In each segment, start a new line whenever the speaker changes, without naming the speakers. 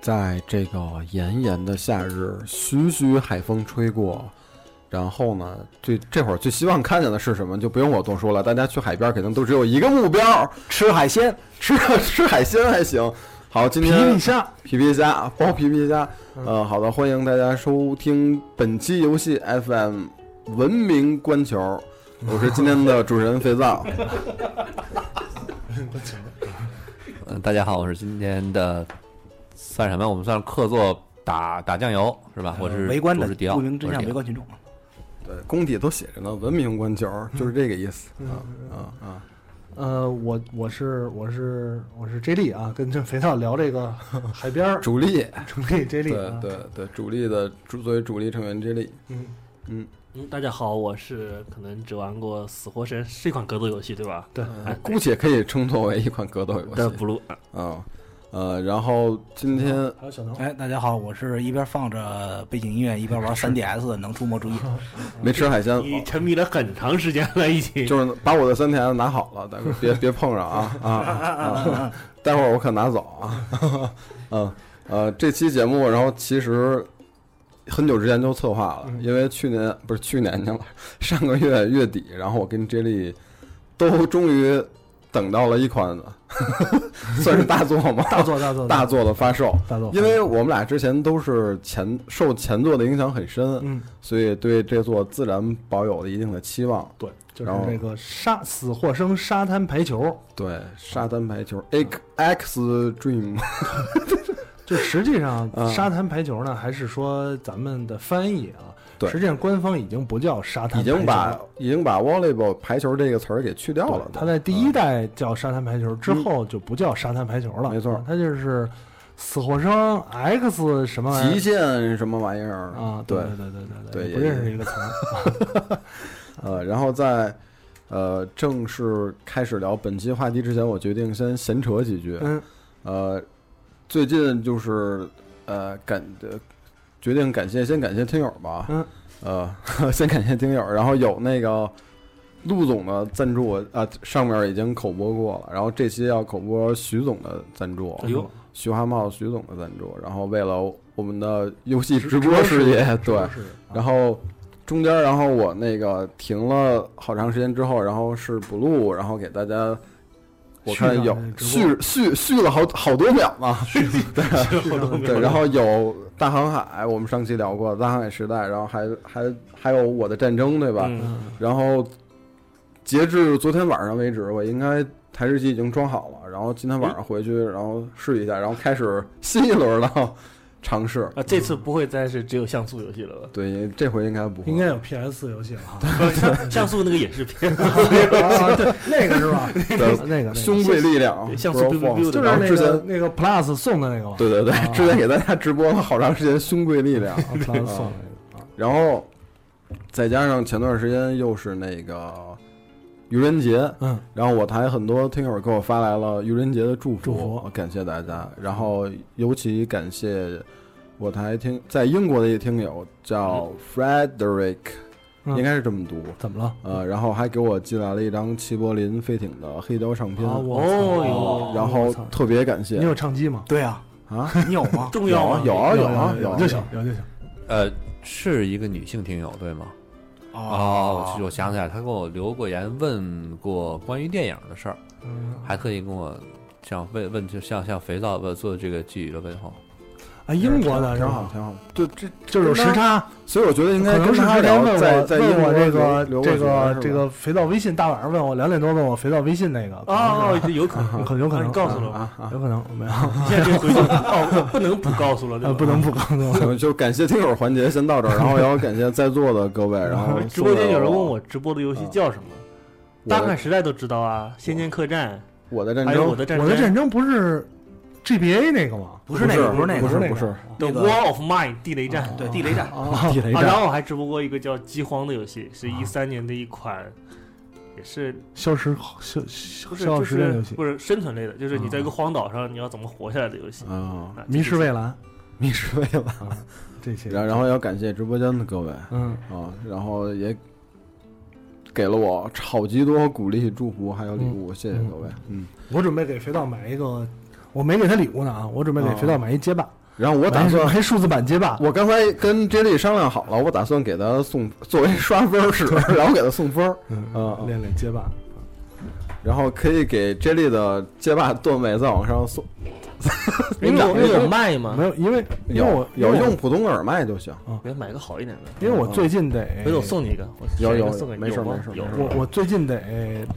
在这个炎炎的夏日，徐徐海风吹过，然后呢，最这会儿最希望看见的是什么？就不用我多说了，大家去海边肯定都只有一个目标，吃海鲜，吃吃海鲜还行。好，今
皮
天
皮虾，
皮皮虾，包皮皮虾。呃，好的，欢迎大家收听本期游戏 FM 文明观球，我是今天的主持人肥皂。
嗯，大家好，我是今天的算什么？我们算是客座打打酱油是吧？我是
呃围观的
我是迪奥，
不明真
我
相
是迪
围
奥
观群众。
对，工体都写着呢，文明观球就是这个意思
嗯
啊啊啊！
呃，我我是我是我是 J 莉啊，跟这肥皂聊这个海边儿
主力，
主力 J 莉
对
啊，
对对，主力的主作为主力成员之力，
嗯，
嗯，
嗯，大家好，我是可能只玩过《死活神》是一款格斗游戏，对吧？哎
对，
呃姑且可以称作为一款格斗游
的
戏
Blue，
啊。呃，然后今天
还有小能，
哎，大家好，我是一边放着背景音乐一边玩 3DS 的，能出没注 意。
没吃海鲜，
你沉迷了很长时间了，已经。
就是把我的三甜拿好了，大哥别别碰着啊啊啊！待会儿我可拿走啊。嗯呃，这期节目，然后其实很久之前就策划了，因为去年不是去年去了，上个月月底，然后我跟 J 莉都终于等到了一款算是大作吗？
大作大 作
大作的发售，
大作，
因为我们俩之前都是前受前作的影响很深，
嗯，
所以对这作自然保有了一定的期望。
对，就是
然后
这个沙死或生沙滩排球，
对，沙滩排球，X X Dream，
就实际上
啊
沙滩排球呢，还是说咱们的翻译啊，
对
实际上官方已经不叫沙滩
已
排球了，
经把已经把 volleyball 排球这个词儿给去掉了
对。它在第一代叫沙滩排球之
嗯
后就不叫沙滩排球了，
没错
啊它就是死或生 X 什么玩意儿
极限什么玩意儿
啊，
对
对，对对对
对
不
也
认识一个词儿。
呃，然后在呃正式开始聊本期话题之前，我决定先闲扯几句。
嗯，
呃，最近就是呃感呃决定感谢，先感谢听友吧。
嗯，
呃，先感谢听友，然后有那个陆总的赞助啊、上面已经口播过了，然后这期要口播徐总的赞助。
哎呦，
徐华茂徐总的赞助，然后为了我们的游戏直播事业，对，
是
然后中间，然后我那个停了好长时间之后，然后是 blue，然后给大家，我
续
看
上
有
这
续续续了好好多秒 嘛，对，然后有大航海，我们上期聊过大航海时代，然后还还还有我的战争，对吧？
嗯，
然后截至昨天晚上为止，我应该台式机已经装好了，然后今天晚上回去，然后试一下，然后开始新一轮的 尝试。
啊，这次不会再是只有像素游戏了吧？
对，这回应该不会。
应该有 PS 游戏 了哈，
像像素那个也是片，
啊对，那个 是吧？那个那个
兄贵力量
对
Brawl
像素 biu biu
Force，
就
的
是
然后
那
之
个
前，
那个 Plus 送的那个吧？
对对对，之前给大家直播了好长时间兄贵力量，
啊，Plus 送的那个啊，
然后再加上前段时间又是那个愚人节，
嗯，
然后我台很多听友给我发来了愚人节的祝福，
祝福
感谢大家。然后尤其感谢我台听在英国的一听友叫 Frederick，、
嗯
应该是这么读。
怎么了？
呃，然后还给我寄来了一张齐柏林飞艇的黑胶唱片，
啊，我
哦
操
然后
我操
特别感谢
你有唱机吗？
对啊，
啊，
你有吗？
重
有
要
啊
吗？
有啊有啊
有
啊
就行，有就行。
呃，是一个女性听友对吗？
哦
哦我
哦
去，我想起来，她给我留过言，问过关于电影的事儿，
嗯，
还特意跟我像问问，就像像肥皂问做这个寄予了问候。
啊，英国的是
挺好，
吧？
挺好。对，这
就是有时差，
所以我觉得应该
可能
跟
是
他
之前
聊
问，
在
我
在
问
英
我
国
这个
留留
这
过学
个
是吧
这个肥皂微信，大晚上问我两点多问我肥皂微信那个可能
哦
是，
有可能，
可啊能有可能
啊你告诉了
啊
我，
啊！
有可能没有，
你现在就回去哦，不能不告诉了，对
呃
吧啊
不能不告诉我。
行， 就感谢听友环节先到这儿，然后也要感谢在座的各位。然后
直播间有人问我
我
直播的游戏
嗯
叫什么，
的
大汉时代都知道啊，《仙剑客栈
我的战》
还有《我
争
的战
我的
争
战争不是 GBA 那个吗？
不是那个，
不
是那个，
不是
那
不
个
是，
The
那个
War of Mine 地雷战》
对地雷战，
啊，地雷
啊，然后我还直播过一个叫《饥荒》的游戏，是
啊
一三年的一款，也是
消失消消
不是
消
就
耗时间游
是
戏，
不是生存类的，就是你在一个荒岛上，你要怎么活下来的游戏。
啊，
啊
迷失蔚蓝
迷失为了。
这些。
然然后也要感谢直播间的各位啊，
嗯，
然后也给了我超级多鼓励、祝福还有礼物，谢谢各位。嗯，
我准备给肥皂买一个，我没给他礼物呢啊，我准备给肥皂买一街霸，
然后我打算。
买数字版街霸，
我刚才跟 J 莉商量好了，我打算给他送作为刷分儿使，然后给他送分儿，
嗯，练练街霸。
然后可以给 J 莉的街霸段位再往上送。
因为我们有卖吗
没？有，因为因为
有
我
有，
因为
用
我
普通耳麦就行。
我买个好一点的，
因为我最近得
回头我送你一个。我
有有
选一个送给你
没事
有吗
没事
有
没事
我我最近得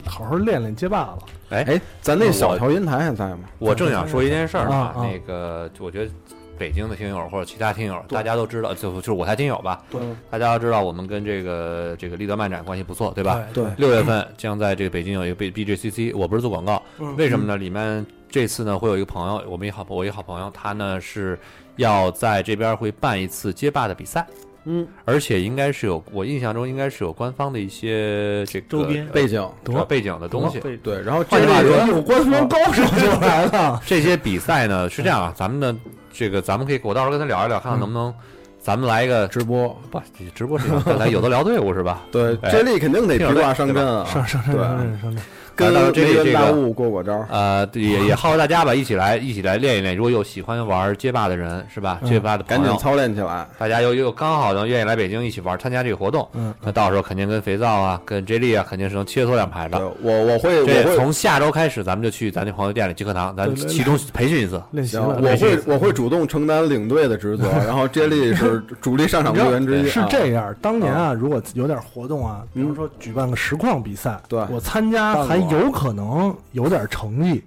好好练练街霸了。
哎，咱那小调音台还在吗？
我正
哎
想说一件事儿
啊啊
那个我觉得北京的听友或者其他听友，大家都知道，就就是我台听友吧，
对
大家都知道我们跟这个这个立德漫展关系不错，对吧？
对，
六月份将在这个北京有一个 B B G C C，我不是做广告，为什么呢？里面这次呢会有一个朋友，我们一好我一好朋友，他呢是要在这边会办一次街霸的比赛，
嗯，
而且应该是有我印象中应该是有官方的一些这个
周边
背景
呃背景的东西。
对
对，然后 J
换句话
莉
说，
有官方高手就来了，
这些比赛呢是这样啊，咱们呢这个咱们可以我到时候跟他聊一聊，看看能不能咱们来一个
直播，
不直播是吧咱来有的聊队伍是吧？
对
哎
J 莉肯定得披挂上阵啊，
上上上上上上上，
跟
来到这
梅
里这
园大
个
雾过过招。
呃，对也也号召大家吧，一起来一起来练一练。如果有喜欢玩街霸的人，是吧？
嗯
街霸的
赶
朋
紧
友，
操练起来。
大家又又刚好能愿意来北京一起玩，参加这个活动，
嗯，
那到时候肯定跟肥皂啊、跟 J 莉啊，肯定是能切磋两排
对
的。，
我我会我
这
会
从下周开始，咱们就去咱这朋友店里聚课堂，咱
对对对
其中培训一次。
练习
行，
了。
我会我会主动承担领队的 职责，然后 J 莉是主力上场
你知道
队员之一。
是
啊嗯
这样，当年啊，如果有点活动啊，比如说举办个实况比赛，
对
我参加还有可能有点成绩。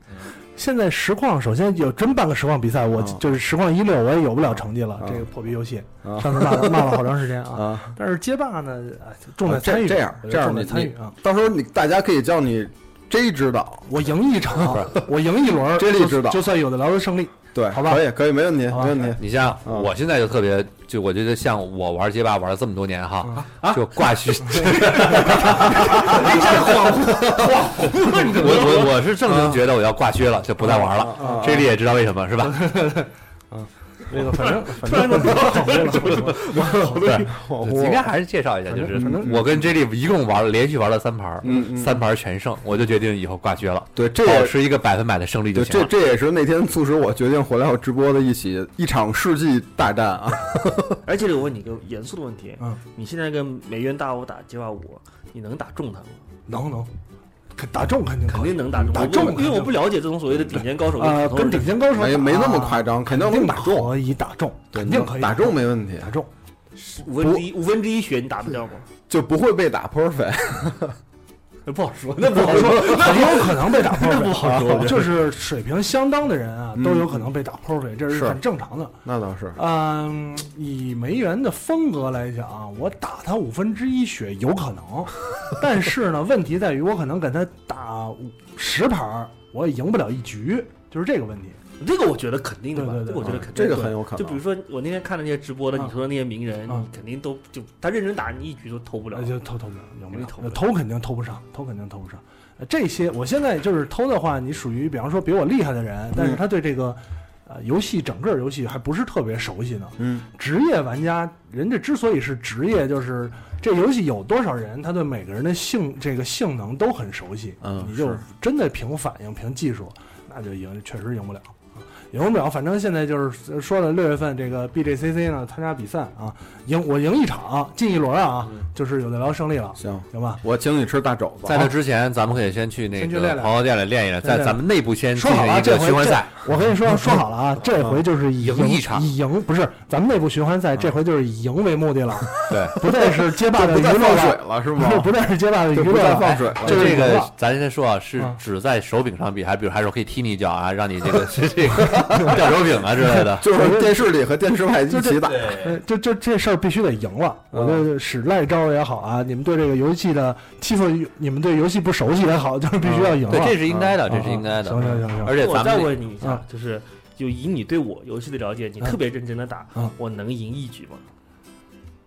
现在实况，首先有真办个实况比赛，我
嗯
就是实况一六我也有不了成绩了，
嗯
这个破逼游戏
嗯
上面骂了骂了好长时间啊。
啊，
但是街霸呢，哎重在
这
参与，
这样
我觉
这
得
样
重在
你
参与啊。
到时候你大家可以叫你 J 指导，
我赢一场，我赢一轮，
啊 这
就
力知道
就算有的聊的胜利。
对，
好吧
可以可以，没问题没
好吧
问题。
你
啊
像
嗯
我现在就特别，就我觉得像我玩街霸玩了这么多年哈，
啊
就 挂虚。我我我是正经觉得我要挂靴了，就不再
啊
玩了。J 莉也知道为什么 是吧？
那个反正反正我 了，
对，应该还是介绍一下，就是我跟 J 莉一共玩了连续玩了三盘儿，
嗯
三盘儿全胜，我就决定以后挂靴了，
对，这
保
也
持一个百分百的胜率就
对，
行
这
了。
这也是那天促使我决定回来我直播的一起一场世纪大战啊！
而且我问你一个严肃的问题，
嗯，
你现在跟美元大五打街霸五，你能打中他吗？
能能，肯打中肯定
肯
可以
定能打中，
打
我
中
不因为我不了解这种所谓的顶尖高手
啊，
普通
跟顶尖高手
没没那么
打
夸张，肯定
啊肯定
能打
打
中，
可以打中，
对
肯定可以
打中，没问题，
打中。
人五分之一五分之一血你打得掉吗？
就不会被打 perfect。
那不好说，
那不好说，很有可能被 打破不
好说我觉得
就是水平相当的人啊，
嗯
都有可能被打破水，这是
是
很正常的。
那倒是，
嗯，以梅园的风格来讲，我打他五分之一血有可 能，但是呢，问题在于我可能给他打五十盘儿，我也赢不了一局，就是这个问题。
这个我觉得肯定的吧，
对对对
这个我觉得肯定，
这个很有可能
就比如说我那天看的那些直播的，
啊
你说的那些名人，
啊
你肯定都就他认真打，你一局都投不了
那。就偷偷不了，有没有
肯定偷不了
偷肯定偷不上，偷肯定偷不上。呃这些我现在就是偷的话，你属于比方说比我厉害的人，但是
嗯
他对这个呃游戏整个游戏还不是特别熟悉呢。
嗯，
职业玩家，人家之所以是职业，就是这游戏有多少人，他对每个人的性这个性能都很熟悉。
嗯
你就是真的凭反应、凭技术，那就赢，确实赢不了。啊赢不了，反正现在就是说了，六月份这个 BJCC 呢参加比赛啊，赢我赢一场进一轮啊，就是有的聊胜利了，
嗯行，
行吧？
我请你吃大肘子啊。
在这之前，咱们可以先去那
先去
个
练练
朋友店里练一练，
先练
在咱们内部先进
说好
行
了，
一
这
个
回
循环
这
赛。
我跟你说说好了啊，这回就是以
赢一场
以赢不是咱们内部循环赛，这回就是以赢为目的了，
对，
不再是街霸的
就不
娱
再
乐
放水
了，
了是
不是
吗？
不再是街霸的娱
就
乐
不再
了，哎
放水
这
了。
是
这
赢
个
了
咱先说啊，是
嗯
只在手柄上比，还比如还是可以踢你一脚啊，让你这个 这个掉手柄啊之类的。
就是电视里和电视外一起打，
呃，就就这事儿必须得赢了。我就使赖招也好啊，你们对这个游戏的欺负，你们对游戏不熟悉也好，就是必须要赢了。
嗯对，这是应该的，
啊
这是应该
行
的。嗯
行行行，
而且
我
咱
再
们
问你一
啊
下，就是就以你对我游戏的了解，你
嗯
特别认真的打
嗯，
我能赢一局吗？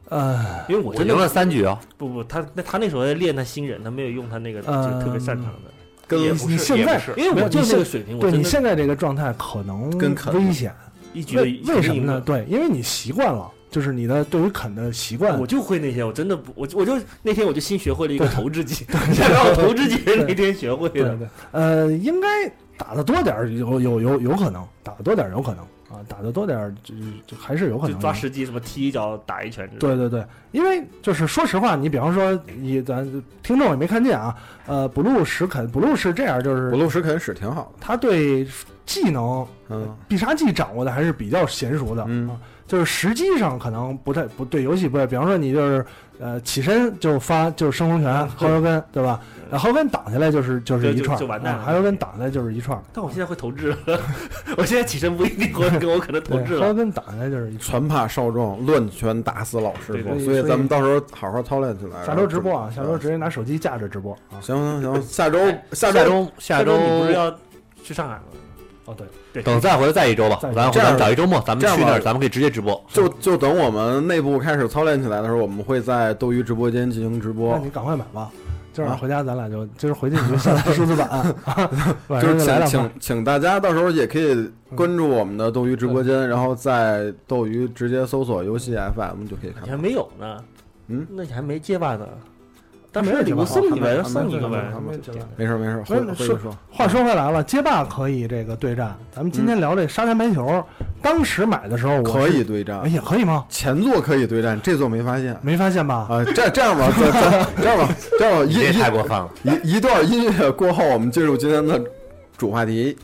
呃
因为我
我
真
赢
的
了三局啊，
不不，他那他那时候在练他新人，他没有用他那个就
嗯
特别擅长的，
跟
也
你
不
你
是
现在
因为
没有
我就
你
那个
现
水平，我
对
真
你
的
现在这个状态可能
跟啃
危险，
一局的
为为什么
赢
呢？
了。
对，因为你习惯了，就是你的对于啃的习惯
我。就会那些，我真的不，我就我就那天我就新学会了一个投掷技， 想让我投掷技是那天学会
对
的。
对，呃，应该打的多点儿，有有有有可能打的多点儿有可能啊，打的多点儿就就还是有可
就
能
抓
的
时机，什么踢一脚打一拳之类的。
对对对，因为就是说实话，你比方说你咱听众也没看见啊，呃，blue 石肯 blue 是这样，就是
我录石肯使挺好的，
他对技能
嗯
必杀技掌握的还是比较娴熟的，
嗯
啊，就是实际上可能不太不对游戏不太，比方说你就是呃起身就发就是升龙拳、后腰根，对吧？然后后腰根挡下来就是就是
嗯对
一
就
串，
就完蛋了
啊后腰根挡下来就是一串，
但我现在会投掷了， 我现在起身不一定会跟我可能投
对，
掷
后腰
了。
根挡下来就是一串。
拳怕少壮，乱拳打死老师
对
傅。
对
所以
所以
咱们到时候好好操练起来。
下周直播啊，
哎
然
下
后
周直接拿手机架着直播啊。
行行行，下周
下
下周
周下
周
周
你不是要去上海吗？
哦，对，
对，
等再回来再一周吧
再一，周
咱
这样
咱找一周末，咱们
这样
去那
吧
儿，咱们可以直接直播。
就就等我们内部开始操练起来的时候，我们会在斗鱼直播间进行直
那
播。
你赶快买吧。今儿晚
啊
上回家咱俩就，今儿回去你就下载数字版，啊 晚
就
上
是
就来
请
两盘。嗯
请请大家到时候也可以关注我们的斗鱼直播间，然后在斗鱼直接搜索游戏 FM 就可以看
你还。
到
没有呢，
嗯，
那你还没结巴呢。但
没有
礼
结巴
物送你
还没
呗，送你一
还
个
没
呗
还。没
结巴
没事没事，
不是
回回
哎说
去说。
话说回来了，街霸可以这个对战。咱们今天聊这沙滩排球，当时买的时候我
嗯可以
是，
对
哎
战，
也可以吗？
前作可以对战，这座没发 现。
没发现吧？
啊，这这样吧，咱咱这样吧，这样 吧，
你这
一
太过分
哦
了，
一一一段音乐过后，我们进入今天的主话题。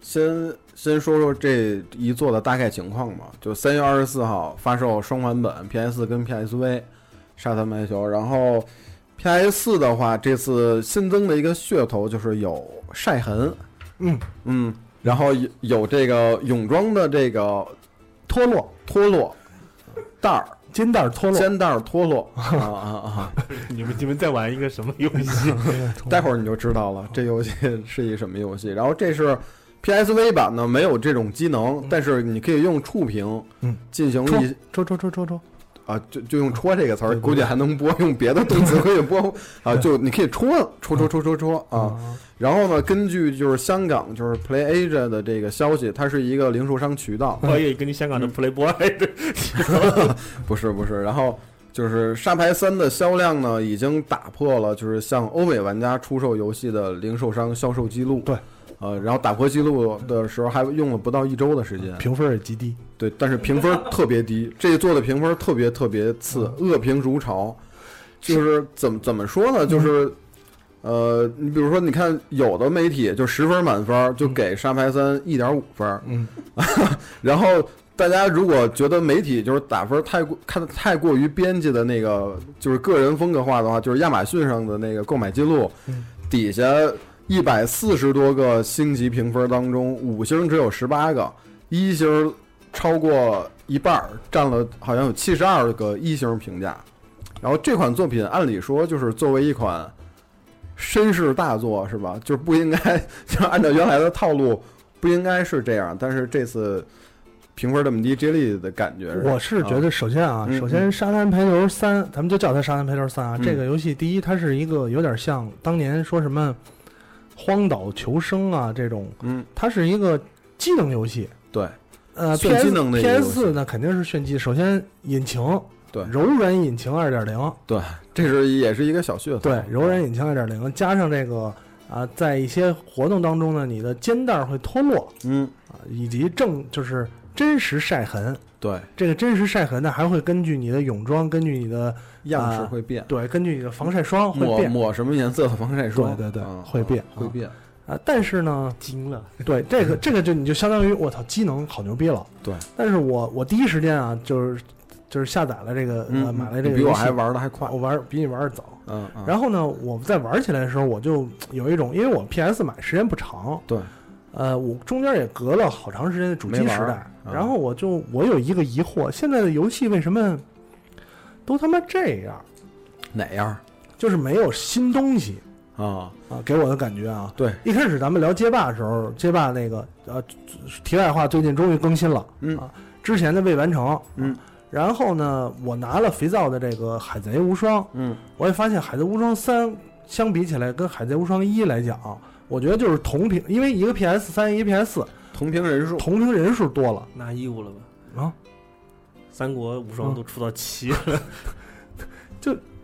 先先说说这一座的大概情况吧。就三月二十四号发售双版本 PS 跟 PSV《沙滩排球》，然后 PS 的话，这次新增的一个噱头就是有晒痕，
嗯
嗯，然后有有这个泳装的这个脱落脱落带儿。
金蛋脱落，嗯
肩带儿脱落啊啊啊！
你们你们在玩一个什么游 戏？
待会儿你就知道
嗯
了，这游戏是一什么游戏。然后这是 PSV 版呢，没有这种机能，但是你可以用触屏
嗯
进行
戳
一
戳戳戳戳戳，
啊，就就用“戳”这个词儿，
对对
估计还能播，用 别的动词可以播啊，就你可以戳戳
嗯
戳戳戳戳啊。然后呢，根据就是香港就是 PlayAsia 的这个消息，它是一个零售商渠道，
我也跟你香港的 Playboy
不是不是。然后就是《沙牌三》的销量呢，已经打破了就是向欧美玩家出售游戏的零售商销售记录。
对。
呃，然后打破记录的时候还用了不到一周的时间，
评分也极低。
对，但是评分特别 低，这一座的评分特别特别次，
嗯
恶评如潮。就是怎么怎么说呢？就是，
嗯
呃，你比如说，你看有的媒体就十分满分，就给《沙牌三》一点五分，
嗯，
然后大家如果觉得媒体就是打分太过看得太过于编辑的那个就是个人风格化的话，就是亚马逊上的那个购买记录，
嗯
底下一百四十多个星级评分当中，五星只有十八个，一星超过一半儿，占了好像有七十二个一星评价。然后这款作品按理说就是作为一款绅士大作是吧？就是不应该 就是按照原来的套路，不应该是这样。但是这次评分这么低，接力的感觉是，
我是觉得，首先啊，
嗯
首先《沙滩排球三》，咱们就叫它《沙滩排球三》啊。
嗯
这个游戏，第一，它是一个有点像当年说什么荒岛求生啊这种，
嗯，
它是一个机能游戏。
对，
呃
炫技
，PS
能的一个游
PS
戏
呢肯定是炫技。首先，引擎
对
柔软引擎二点零，
这是也是一个小噱头。嗯
对，柔软引擎二点零加上这个啊，在一些活动当中呢，你的肩带会脱落
嗯，
啊，以及正就是真实晒痕。
对，
这个真实晒痕呢，还会根据你的泳装，根据你的
样式
啊
会变，
对，根据你的防晒霜会
抹
变，
抹什么颜色的防晒霜，
对对对
嗯
会变
嗯会变，
啊。但是呢，
惊了，
对这个这个就你就相当于我操，机能好牛逼了。
对，
但是我我第一时间啊，就是就是下载了这个，呃、
嗯，
买了这个游戏，
比我还玩的还快
我，玩比你玩的早。
嗯，嗯
然后呢，我在玩起来的时候，我就有一种，因为我 PS 买时间不长，
对，
呃，我中间也隔了好长时间的主机
没玩
时代，
嗯
然后我就我有一个疑惑，现在的游戏为什么都他妈这样，
哪样
就是没有新东西
啊？
啊，给我的感觉啊。
对，
一开始咱们聊街霸的时候，街霸那个呃，题外话，最近终于更新了，
嗯
啊，之前的未完成，啊
嗯。
然后呢，我拿了肥皂的这个《海贼无双》，
嗯，
我也发现《海贼无双三》相比起来，跟《海贼无双一》来讲，我觉得就是同屏，因为一个 PS 三，一个 PS 四，
同屏人数，
同屏人数多了
拿义务了吧？
啊，
三国无双都出到七了，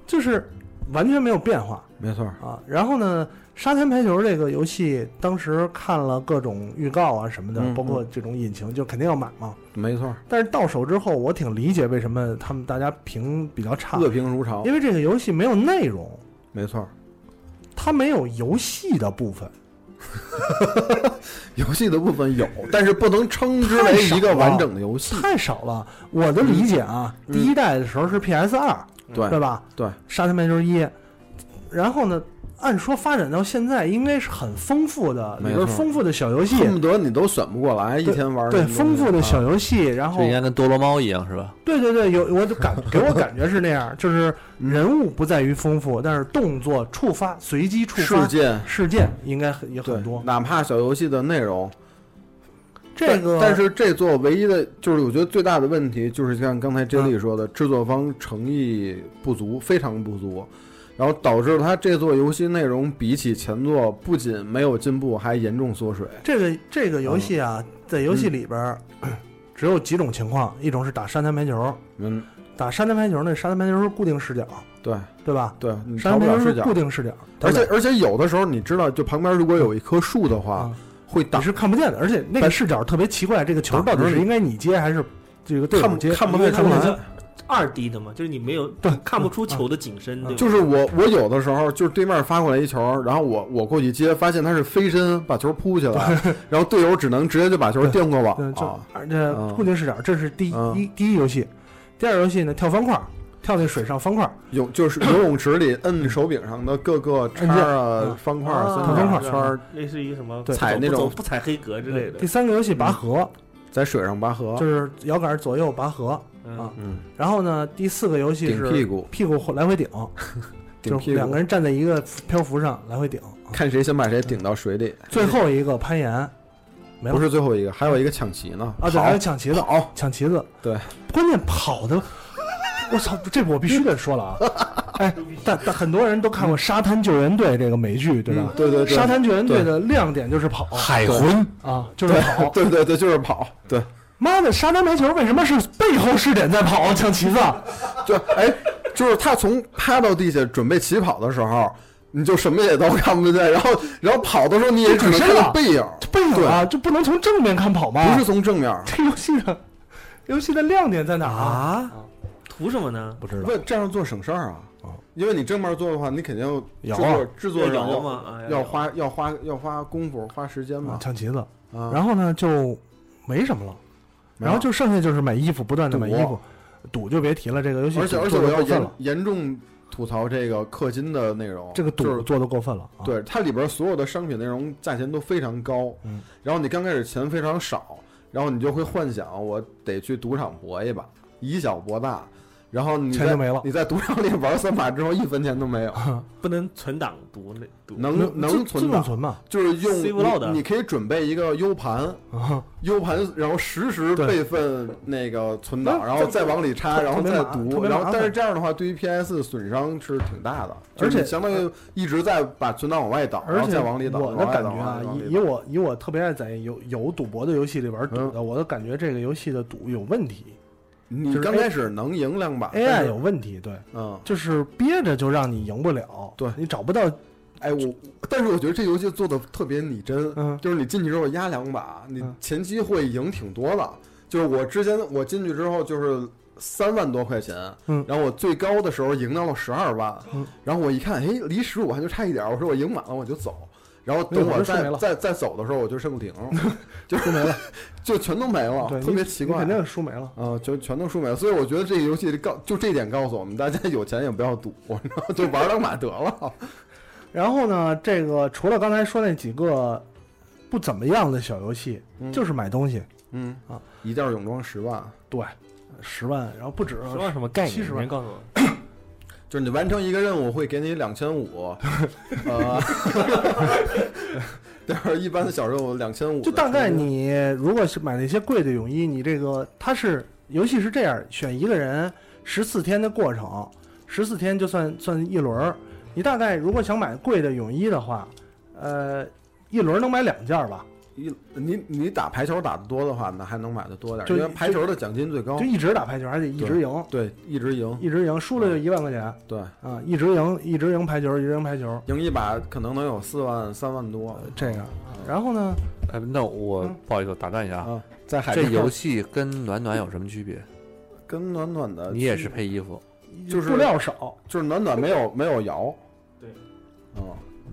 就是完全没有变化
没错，
啊。然后呢，沙滩排球这个游戏，当时看了各种预告啊什么的，
嗯
包括这种引擎，就肯定要买嘛。
没错，
但是到手之后，我挺理解为什么他们大家评比较差，
恶评如潮，
啊因为这个游戏没有内容，
没错，
它没有游戏的部分。
游戏的部分有，但是不能称之
太
为
少
一个
了
完整的游戏。
太少了。我的理解啊，
嗯
第一代的时候是 PS 二、
对
对吧？
对，
沙滩排球一，然后呢，按说发展到现在应该是很丰富的，里
没
边
错
丰富的小游戏，
恨不得你都选不过来，一
对
天玩
对，
那么多
丰富的
啊
小游戏，然后
这应该跟多罗猫一样是吧？
对对对，有我就 感给我感觉是那样，就是
嗯
人物不在于丰富，但是动作触发随机触
事
发。
件
事件应该很也
对
很多，
哪怕小游戏的内容，
这个
但但是这座唯一的就是我觉得最大的问题就是像刚才 J 莉说的，制作方诚意不足，非常不足，然后导致他这座游戏内容比起前作不仅没有进步，还严重缩水。
这个这个游戏
嗯
啊，在游戏里边儿、 只有几种情况，一种是打沙滩排球，
嗯，
打沙滩排球那沙滩排球是固定视角，
对
对吧？
对，你
沙
调
滩
不
排
了
球
视
是
角
固，定视角，
而且而且有的时候你知道，就旁边如果有一棵树的话，
啊，
会
你
挡。
是看不见的，而且那个视角特别奇怪，这个球到底是应该你接还是这个队
看
友
不
接？
看不
因为
太出
它是
来，啊
二 D 的嘛，就是你没有
对
看不出球的景深，对吧？
就是我，我有的时候就是对面发过来一球，然后我我过去接，发现他是飞身把球扑起来，然后队友只能直接就把球垫过网
对，嗯就
啊，
而且固定视角，这是第
嗯
一第一游戏，第二游戏呢跳方块，跳那水上方块，
泳就是游泳池里摁手柄上的各个叉儿啊、方块儿、
啊
三角
方块
儿圈儿，，
类似于什么
对
踩
走
那
不走
种
不踩黑格之类的
第，三个游戏
嗯
拔河，
在水上拔河
就，是摇杆左右拔河。
嗯
啊
嗯，
然后呢，第四个游戏
顶屁
是
股，
屁股来回顶，
顶
就是
屁
两个
股，
人站在一个漂浮上来回顶。啊
看谁先把谁顶到水里。
最后一个攀岩，没了
不是最后一个，还有一个抢旗呢。
啊，对，
跑
还有抢旗子，
跑，
抢旗子，
对，
关键跑的，我操，这我必须得说了啊！哎，但但很多人都看过《沙滩救援队》这个美剧，对吧
嗯？对对对，
沙滩救援队的亮点就是跑
海魂
啊，就是跑。
对对对，就是跑，对。
妈的，沙滩排球为什么是背后视点在跑抢旗子？啊
就哎，就是他从趴到地下准备起跑的时候，你就什么也都看不见，然后然后跑的时候你也只能看到背影，
背影啊，就不能从正面看跑吗？
不是，从正面。
这游戏的游戏的亮点在哪儿啊？
啊，图什么呢？
不知道，
问这样做省事儿啊
啊，
因为你正面做的话，你肯定
摇
制
啊
作制作
要
人
摇
要
嘛，啊
要花要花要花功夫花时间嘛。
抢旗子，
啊，
然后呢就没什么了。然后就剩下就是买衣服，不断的买衣服，赌就别提了，这个游戏
而且
赌
而且
做
我
得
要
过分
严
了，
严重吐槽这个氪金的内容，
这个
就
赌
是
做的过分了啊。
对，它里边所有的商品内容价钱都非常高，
嗯，
然后你刚开始钱非常少，然后你就会幻想我得去赌场搏一把，以小博大，然后你
钱
在
就没了
你在赌场里玩三把之后一分钱都 没有，
不能存档读那读
能
自
能存
自动
档，
存嘛？
就是用
save load
你你可以准备一个 U 盘
啊，
，U 盘然后实时
对
备份那个存档，
嗯
然后再往里插，
特
然后
特别
再
麻特
读，
别麻
然后
烦
但是这样的话，对于 PS 损伤是挺大的，
啊而且
就是你相当于一直在把存档往外倒，然
而
后
且
再往里倒，
我的
往外
感
倒
觉啊
往，里
以
倒
以我以
嗯
我特别爱在有有赌博的游戏里边赌的，我都感觉这个游戏的赌有问题。
你
就是
刚开始能赢两把
AI 有，问题，对，
啊但是嗯，
就是憋着就让你赢不了，
对
你找不到，
哎，我但是我觉得这游戏做的特别拟真，
嗯
就是你进去之后压两把，你
嗯
前期会赢挺多的。就是我之前我进去之后就是三万多块钱，
嗯
然后我最高的时候赢到了十二万，
嗯
然后我一看，哎，离十五还就差一点儿，我说我赢满了我就走。然后
哎
等
我
我
就说
再
没了
再再走的时候，我 就剩顶，就输没了， 就全都没了，
对，
特
你
别奇
你
怪
肯。定输没了。
啊、就全都输没了，所以我觉得这个游戏告就这点告诉我们，大家有钱也不要赌，然后就玩两把得了。
然后呢，这个除了刚才说那几个不怎么样的小游戏，
嗯
就是买东西，
嗯
啊，
一件泳装十万，
对，十万，然后不止，
说到什么概念？
70
你
万
先告诉我，
就是你完成一个任务会给你两千五，呃， 但是一般的小任务两千五，
就大概你如果是买那些贵的泳衣，你这个它是游戏是这样，选一个人十四天的过程，十四天就算算一轮儿。你大概如果想买贵的泳衣的话，呃，一轮儿能买两件儿吧，
一你你打排球打得多的话，那还能买的多点儿，
就
因为排球的奖金最
哦
高
就，一直打排球，还得一直赢，
对，一直赢，
一直赢，输了就一万块钱
对，
啊，一直赢，一直赢排球，一直赢排球，
赢一把可能能有四万三万多，
这个。然后呢，
哎，那我
嗯
不好意思打断一下啊，
啊，在海
这
边
游戏跟暖暖有什么区别？
跟暖暖
呃
的，
你也是配衣服，
就是
布料少，
就是暖暖没有没有摇，
对，
嗯，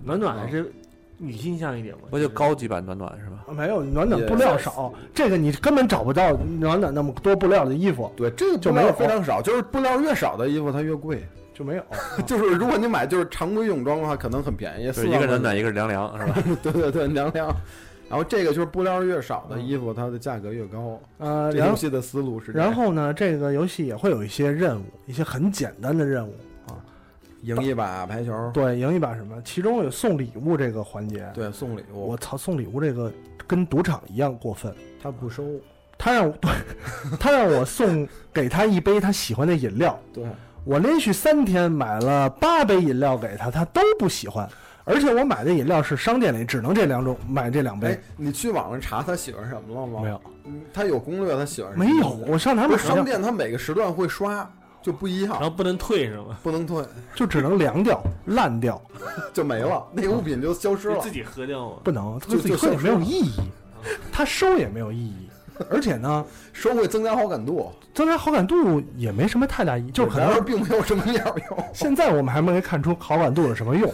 暖暖还
啊
是女性向一点嘛？
不就高级版暖暖是吧？
呃没有暖暖
也
布料少，这个你根本找不到暖暖那么多布料的衣服，
对，这个
就
布
没有
料非常少，就是布料越少的衣服它越贵，
就没有。
就是如果你买就是常规泳装的话，可能很便宜，
就
四
是一
万
个
块
暖
钱
暖，一个是凉凉是吧？
对对对，凉凉。然后这个就是布料越少的衣服，它的价格越高。
呃，
这
然
游
后
戏的思路是这样，
然后呢，这个游戏也会有一些任务，一些很简单的任务啊，
赢一把排球，
对，赢一把什么，其中有送礼物这个环节。
嗯对，送礼物，
我操，送礼物这个跟赌场一样过分。
他不收，
他让我， 对，他让我送给他一杯他喜欢的饮料，
对，
我连续三天买了八杯饮料给他，他都不喜欢。而且我买的饮料是商店里只能这两种，买这两杯
哎，，你去网上查他喜欢什么了吗？
没有，
嗯，他有攻略，他喜欢什么
没有。我上哪
他
买
们
饮
商
料？
店它每个时段会刷，就不一
然
样，
后不能退是吗？
不能退，
就只能凉掉、烂掉，
就没了，那个物品就消失
就
了
自。己喝掉吗？
不能，他
就
自己
就
喝也
消
没有
失了
意义，他收也没有意义，而且呢，
收会增加好感度，
增加好感度也没什么太大意义，就是可
然而
能
并没有什么鸟用。
现在我们还没看出好感度有什么 用，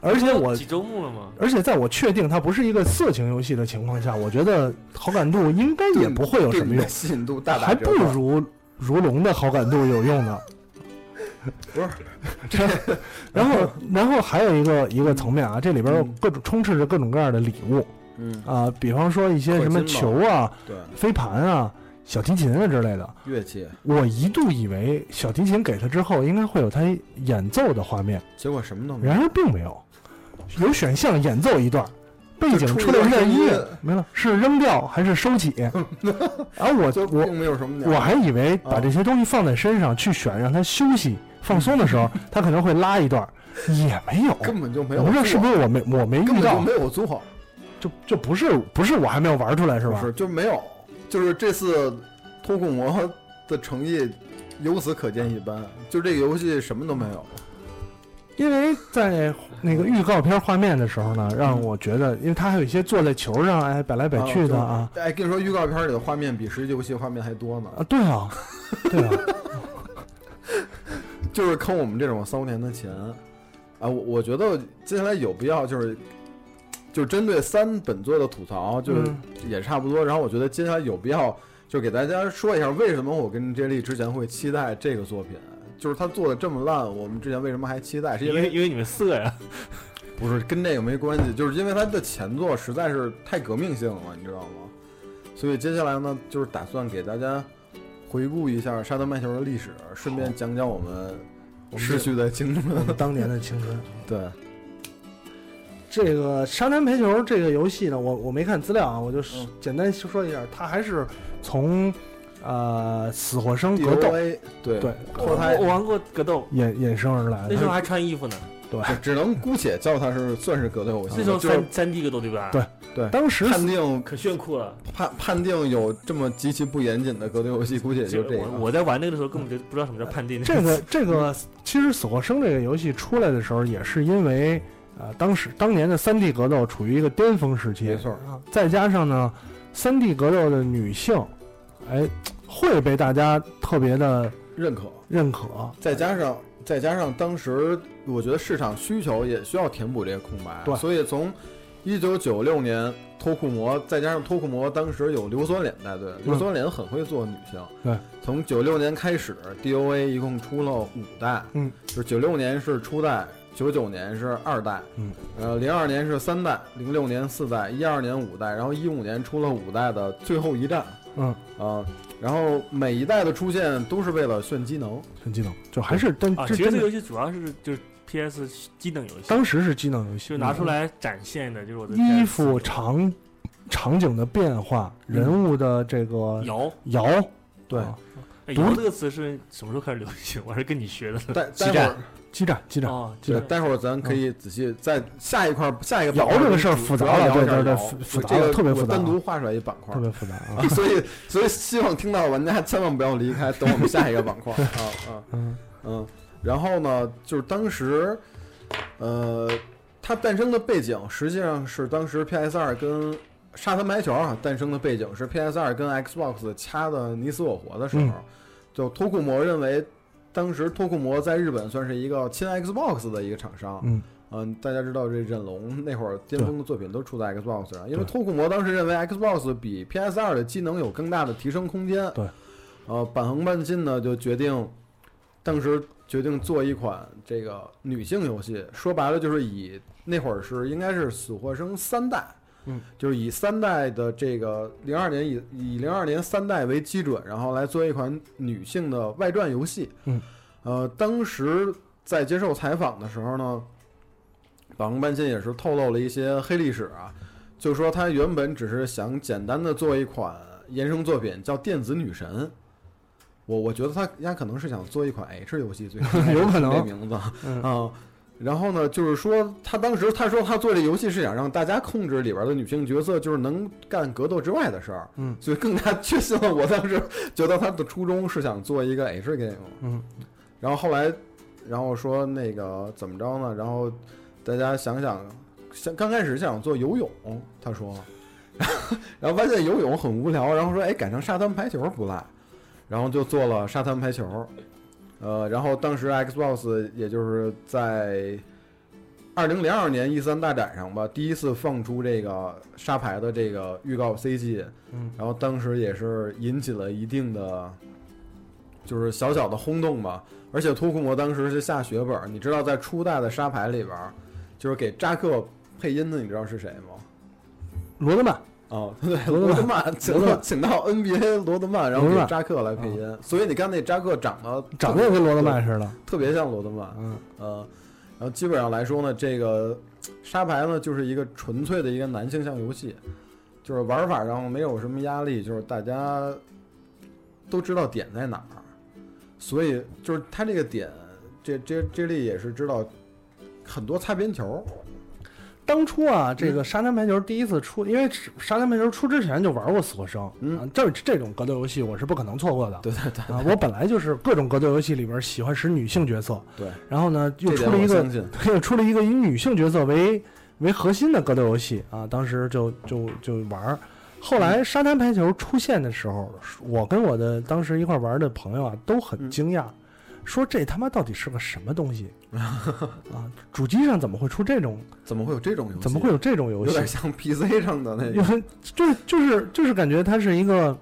而且我
几周目了吗？
而且在我确定它不是一个色情游戏的情况下，我觉得好感度应该也不会有
对
什么
你
用
的，吸引度大打
还
折
不
扣。
如如龙的好感度有用呢。
不是
然 后，然后，然后还有一个一个层面啊，这里边有各种充斥着各种各样的礼物
嗯，
啊，比方说一些什么
氪金
球啊、
对，
飞盘啊、小提琴啊之类的。
乐器，
我一度以为小提琴给他之后，应该会有他演奏的画面，
结果什么都没有。
然而并没有，有选项演奏一段，背景
就出
出来一段音
一段
乐
声音
没了，是扔掉还是收 起？然后我
就
我
并没有什么鸟
我
用。
还以为把这些东西放在身上去选，让他休息放松的时候， 他可能会拉一 段，也没有。
根本就嗯没有
我不
做，
知道是不是我没我没
根
遇
本就
到
没，有做，
就就不是不是我还没有玩出来是
不
吧？
是就没有，就是这次脱骨魔的诚意由此可见一斑，就这个游戏什么都没有。
因为在那个预告片画面的时候呢，
嗯
让我觉得，因为他还有一些坐在球上哎摆来摆去的啊
就哎，跟你说，预告片里的画面比实际游戏画面还多呢，
啊，对啊，对啊，
就是坑我们这种骚年的钱啊！我我觉得接下来有必要就是，就是针对三本作的吐槽，就是
嗯
也差不多。然后我觉得接下来有必要就给大家说一下，为什么我跟 J 莉之前会期待这个作品，就是他做的这么烂，我们之前为什么还期待？是
因
因
为
为
因为你们色呀，
不是跟这个没关系，就是因为他的前作实在是太革命性了，你知道吗？所以接下来呢，就是打算给大家回顾一下《沙滩麦球》的历史，顺便讲讲我们
我们
逝去的青春。
当年的青春。
对，
这个沙滩排球这个游戏呢，我我没看资料啊，我就是
嗯
简单说一下，它还是从呃死或生
D
格
O
斗
A，对
对
脱胎
我我玩过格斗，
衍衍生而来
那时候
的。
还穿衣服呢。
对，
只只能姑且叫它是算是格斗游戏
这叫
吧，啊就是
三三 D 格斗对吧？
对当时
判定
可炫酷了。
判判定有这么极其不严谨的格斗游戏，估计也就这
我
个。
我在玩那个的时候根本就不知道什么叫判定。
这个这个，其实《死或生》这个游戏出来的时候，也是因为呃，当时当年的三 D 格斗处于一个巅峰时期，
没错
啊。再加上呢，三 D 格斗的女性，哎，会被大家特别的
认可，
认可。
再加上再加上当时我觉得市场需求也需要填补这个空白，
对
所以从一九九六年脱裤魔，再加上脱裤魔当时有硫酸脸带队，硫酸脸很会做女性，
嗯对，
从九六年开始，DOA 一共出了五代，
嗯，
就是九六年是初代。九九年是二代，
嗯，
呃，零二年是三代，零六年四代，一二年五代，然后一五年出了五代的最后一代，
嗯，
啊、然后每一代的出现都是为了炫机能，
很激动，就还是真、
啊，
这
其实
真的，
这个游戏主要是就是 PS 机能游戏，
当时是机能游戏，
就拿出来展现的就是我的
衣服场场景的变化，人物的这个
摇。
嗯摇，
对
啊
哎
独
摇这个词是什么时候开始流行？ 我还是跟你学的呢。
待
基
待会
站
儿
激战激战。
哦，
对，
对，
待会儿咱可以仔细在下一块儿下一个板
摇
块
这个
主
事儿复杂了
主要聊
对
一下
对对
摇
复
我
复杂
这个
了特别
我
复杂
单独画出来一板块
特
儿，
别复杂啊，
所以所以希望听到的玩家千万不要离开，等我们下一个板块儿啊啊
嗯，
嗯，然后呢，就是当时，呃，它诞生的背景实际上是当时 PS 二跟沙滩排球啊诞生的背景是 PS 二跟 Xbox 掐的你死我活的时候，
嗯
就脱库摩认为。当时脱库摩在日本算是一个亲 Xbox 的一个厂商，
嗯，
嗯，大家知道这忍龙那会儿巅峰的作品都出在 Xbox 上，因
对
为脱库摩当时认为 Xbox 比 PS 二的机能有更大的提升空间。
对，
呃，板横半进呢就决定，当时决定做一款这个女性游戏，说白了就是以那会儿是应该是死或生三代。
嗯，
就是以三代的这个零二年以以零二年三代为基准，然后来做一款女性的外传游戏。
嗯，
呃，当时在接受采访的时候呢，板红半信也是透露了一些黑历史啊，就说他原本只是想简单的做一款衍生作品，叫《电子女神》。我我觉得他家可能是想做一款 H 游戏，最后
有可能
这名字啊、
嗯
然后呢，就是说他当时他说他做这游戏是想让大家控制里边的女性角色，就是能干格斗之外的事儿。
嗯，
所以更加 确信了我当时觉得他的初衷是想做一个 H game。
嗯，
然后后来，然后说那个怎么着呢？然后大家想想，想刚开始想做游泳，他说， 然后发现游泳很无聊，然后说哎，改成沙滩排球不赖，然后就做了沙滩排球。呃，然后当时 Xbox 也就是在二零零二年 E 三大展上吧，第一次放出这个沙排的这个预告 CG，
嗯，
然后当时也是引起了一定的，就是小小的轰动吧。而且托库摩当时是下血本儿，你知道在初代的沙排里边儿，就是给扎克配音的，你知道是谁吗？
罗德曼，
哦，对，
罗
罗
德
德曼，请
罗德
到
曼
请到 NBA 罗德曼，然后
罗德
给
曼嗯
扎克来配音，所以你看那扎克长得
长得也跟罗德曼似的，
特别像罗德曼，
嗯，
呃，然后基本上来说呢，这个沙牌呢就是一个纯粹的一个男性向游戏，就是玩法上没有什么压力，就是大家都知道点在哪儿，所以就是它这个点，这这这里也是知道很多擦边球，
当初啊，这个沙滩排球第一次出，因为沙滩排球出之前就玩过死活生，
嗯
啊，这这种格斗游戏我是不可能错过的。
对对对
啊，我本来就是各种格斗游戏里边喜欢使女性角色，
对，
然后呢又
这
出了
点
一
我
个
相信，
又出了一个以女性角色为为核心的格斗游戏啊，当时就就就玩儿。后来沙滩排球出现的时候，我跟我的当时一块玩的朋友啊都
嗯
很惊讶，说这他妈到底是个什么东西 啊？主机上怎么会出这种？
怎么会有这种游戏？
怎么会有这种游
有
戏？
点像 PC 上的那
有
个？
很就是就是就是感觉它是一个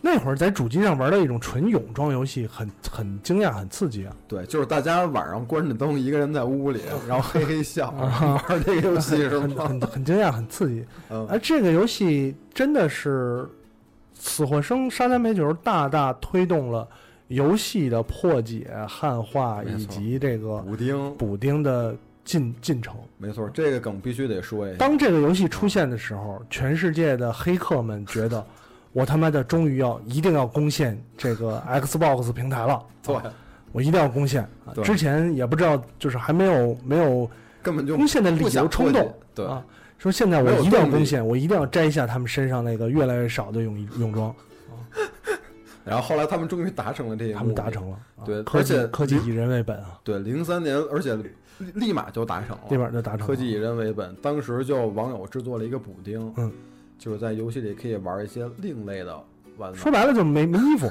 那会儿在主机上玩的一种纯泳装游戏，很很惊讶，很刺激啊！
对，就是大家晚上关着灯，一个人在屋里，然后嘿嘿笑，
啊
玩这个游戏 是
很
吗？
很很惊讶，很刺激。
嗯，
而这个游戏真的是死或生沙滩排球大大推动了游戏的破解、汉化
没错
以及这个
补丁，
补丁的进进程。
没错，这个梗必须得说一下。
当这个游戏出现的时候，全世界的黑客们觉得，我他妈的终于要一定要攻陷这个 Xbox 平台了啊
对，
我一定要攻陷。啊
对
之前也不知道，就是还没有没有
根本就
攻陷的理
不
由
想
冲
过
动
去，对，
啊，说现在我
没有
一定要
动力
攻陷，我一定要摘下他们身上那个越来越少的泳衣泳装，
然后后来他们终于达成了这一
他们
目的
达成了。啊
对
科技
而且
科技以人为本啊，
对零三年，而且立立马就达成了，
这边就达成了。
啊科技以人为本，当时就网友制作了一个补丁，
嗯，
就是在游戏里可以玩一些另类的玩法，
说白了就没没衣服，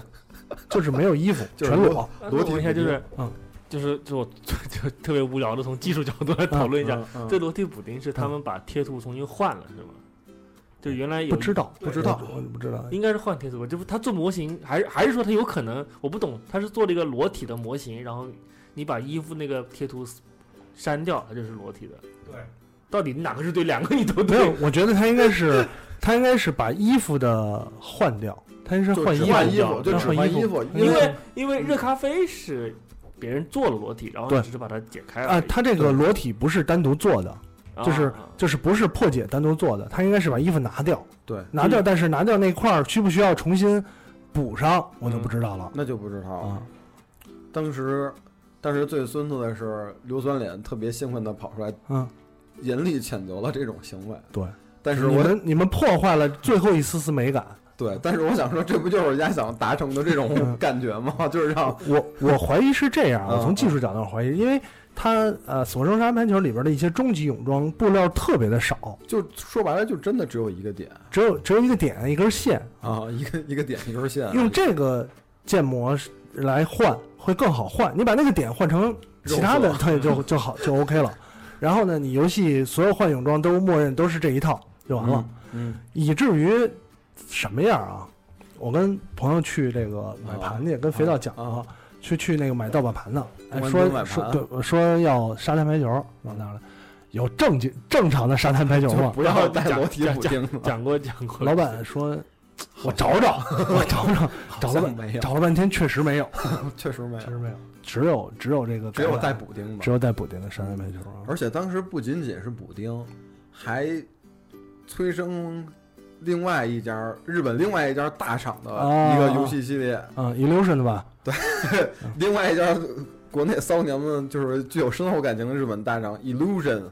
就是没有衣服，
就是
全裸。
裸
我
体
问一下，
补
就
丁
是
嗯，
就是就我就特别无聊的从技术角度来讨论一
啊
下，
嗯
这裸体补丁是他们把贴图重新换了是吗？就原来有
嗯不知道，
不知道
我我不知道。
应该是换贴图吧？这不他做模型，还是还是说他有可能？我不懂，他是做了一个裸体的模型，然后你把衣服那个贴图删掉，它就是裸体的。
对，
到底哪个是对，两个你都
没有
对。，
我觉得他应该 是他应该是把衣服的换掉，他应该是
就
换
只
衣服，啊哎
换
衣
服，就只
换
换
衣
衣服，
因
因为
为因为热咖啡是别人做了裸体，然后
对
只是把它解开
啊
了。，
他这个裸体不是单独做的，
啊
就是就是不是破解单独做的，他应该是把衣服拿掉，
对，嗯
拿掉，但是拿掉那块儿需不需要重新补上，我
嗯
就不知道了
那就不知道了
啊。。
当时，当时最孙子的是硫酸脸特别兴奋的跑出来，
嗯，
严厉谴责了这种行为。
对，
但是
你
我
们你们破坏了最后一丝丝美感，
对，但是我想说，这不就是人家想达成的这种
嗯
感觉吗？ 就是让
我我怀疑是这样，
嗯
我从技术角度怀疑，因为他呃《索生沙盘球》里边的一些终极泳装布料特别的少，
就说白了，就真的只有一个点
只有只有一个点一根线，
啊，一个一个点一根线，啊
用这个建模来换会更好换。你把那个点换成其他的
肉，
对，就就好就 OK 了。然后呢，你游戏所有换泳装都默认都是这一套就完了，
嗯，
以至于什么样啊？我跟朋友去这个
哦
买盘去，跟肥皂讲
啊，
去去那个买盗版盘的，哎
公安厅买
说
盘
说对，说要沙滩排球，往那儿了，有正经正常的沙滩排球
就
吗？
不要带裸体
讲
补丁了，
讲过讲过。
老板说，我找找， 我找找，找了
好像
半
没有，
找了半天确实没有。
确实没
确
有，
实没有，只有只有这个
只有
改
带
版
补丁吧
只。有带补丁的山寨排球啊。
而且当时不仅仅是补丁，还催生另外一家日本另外一家大厂的一个游戏系列，
嗯，Illusion 的吧，
另外一家国内骚娘们就是具有深厚感情的日本大厂 Illusion，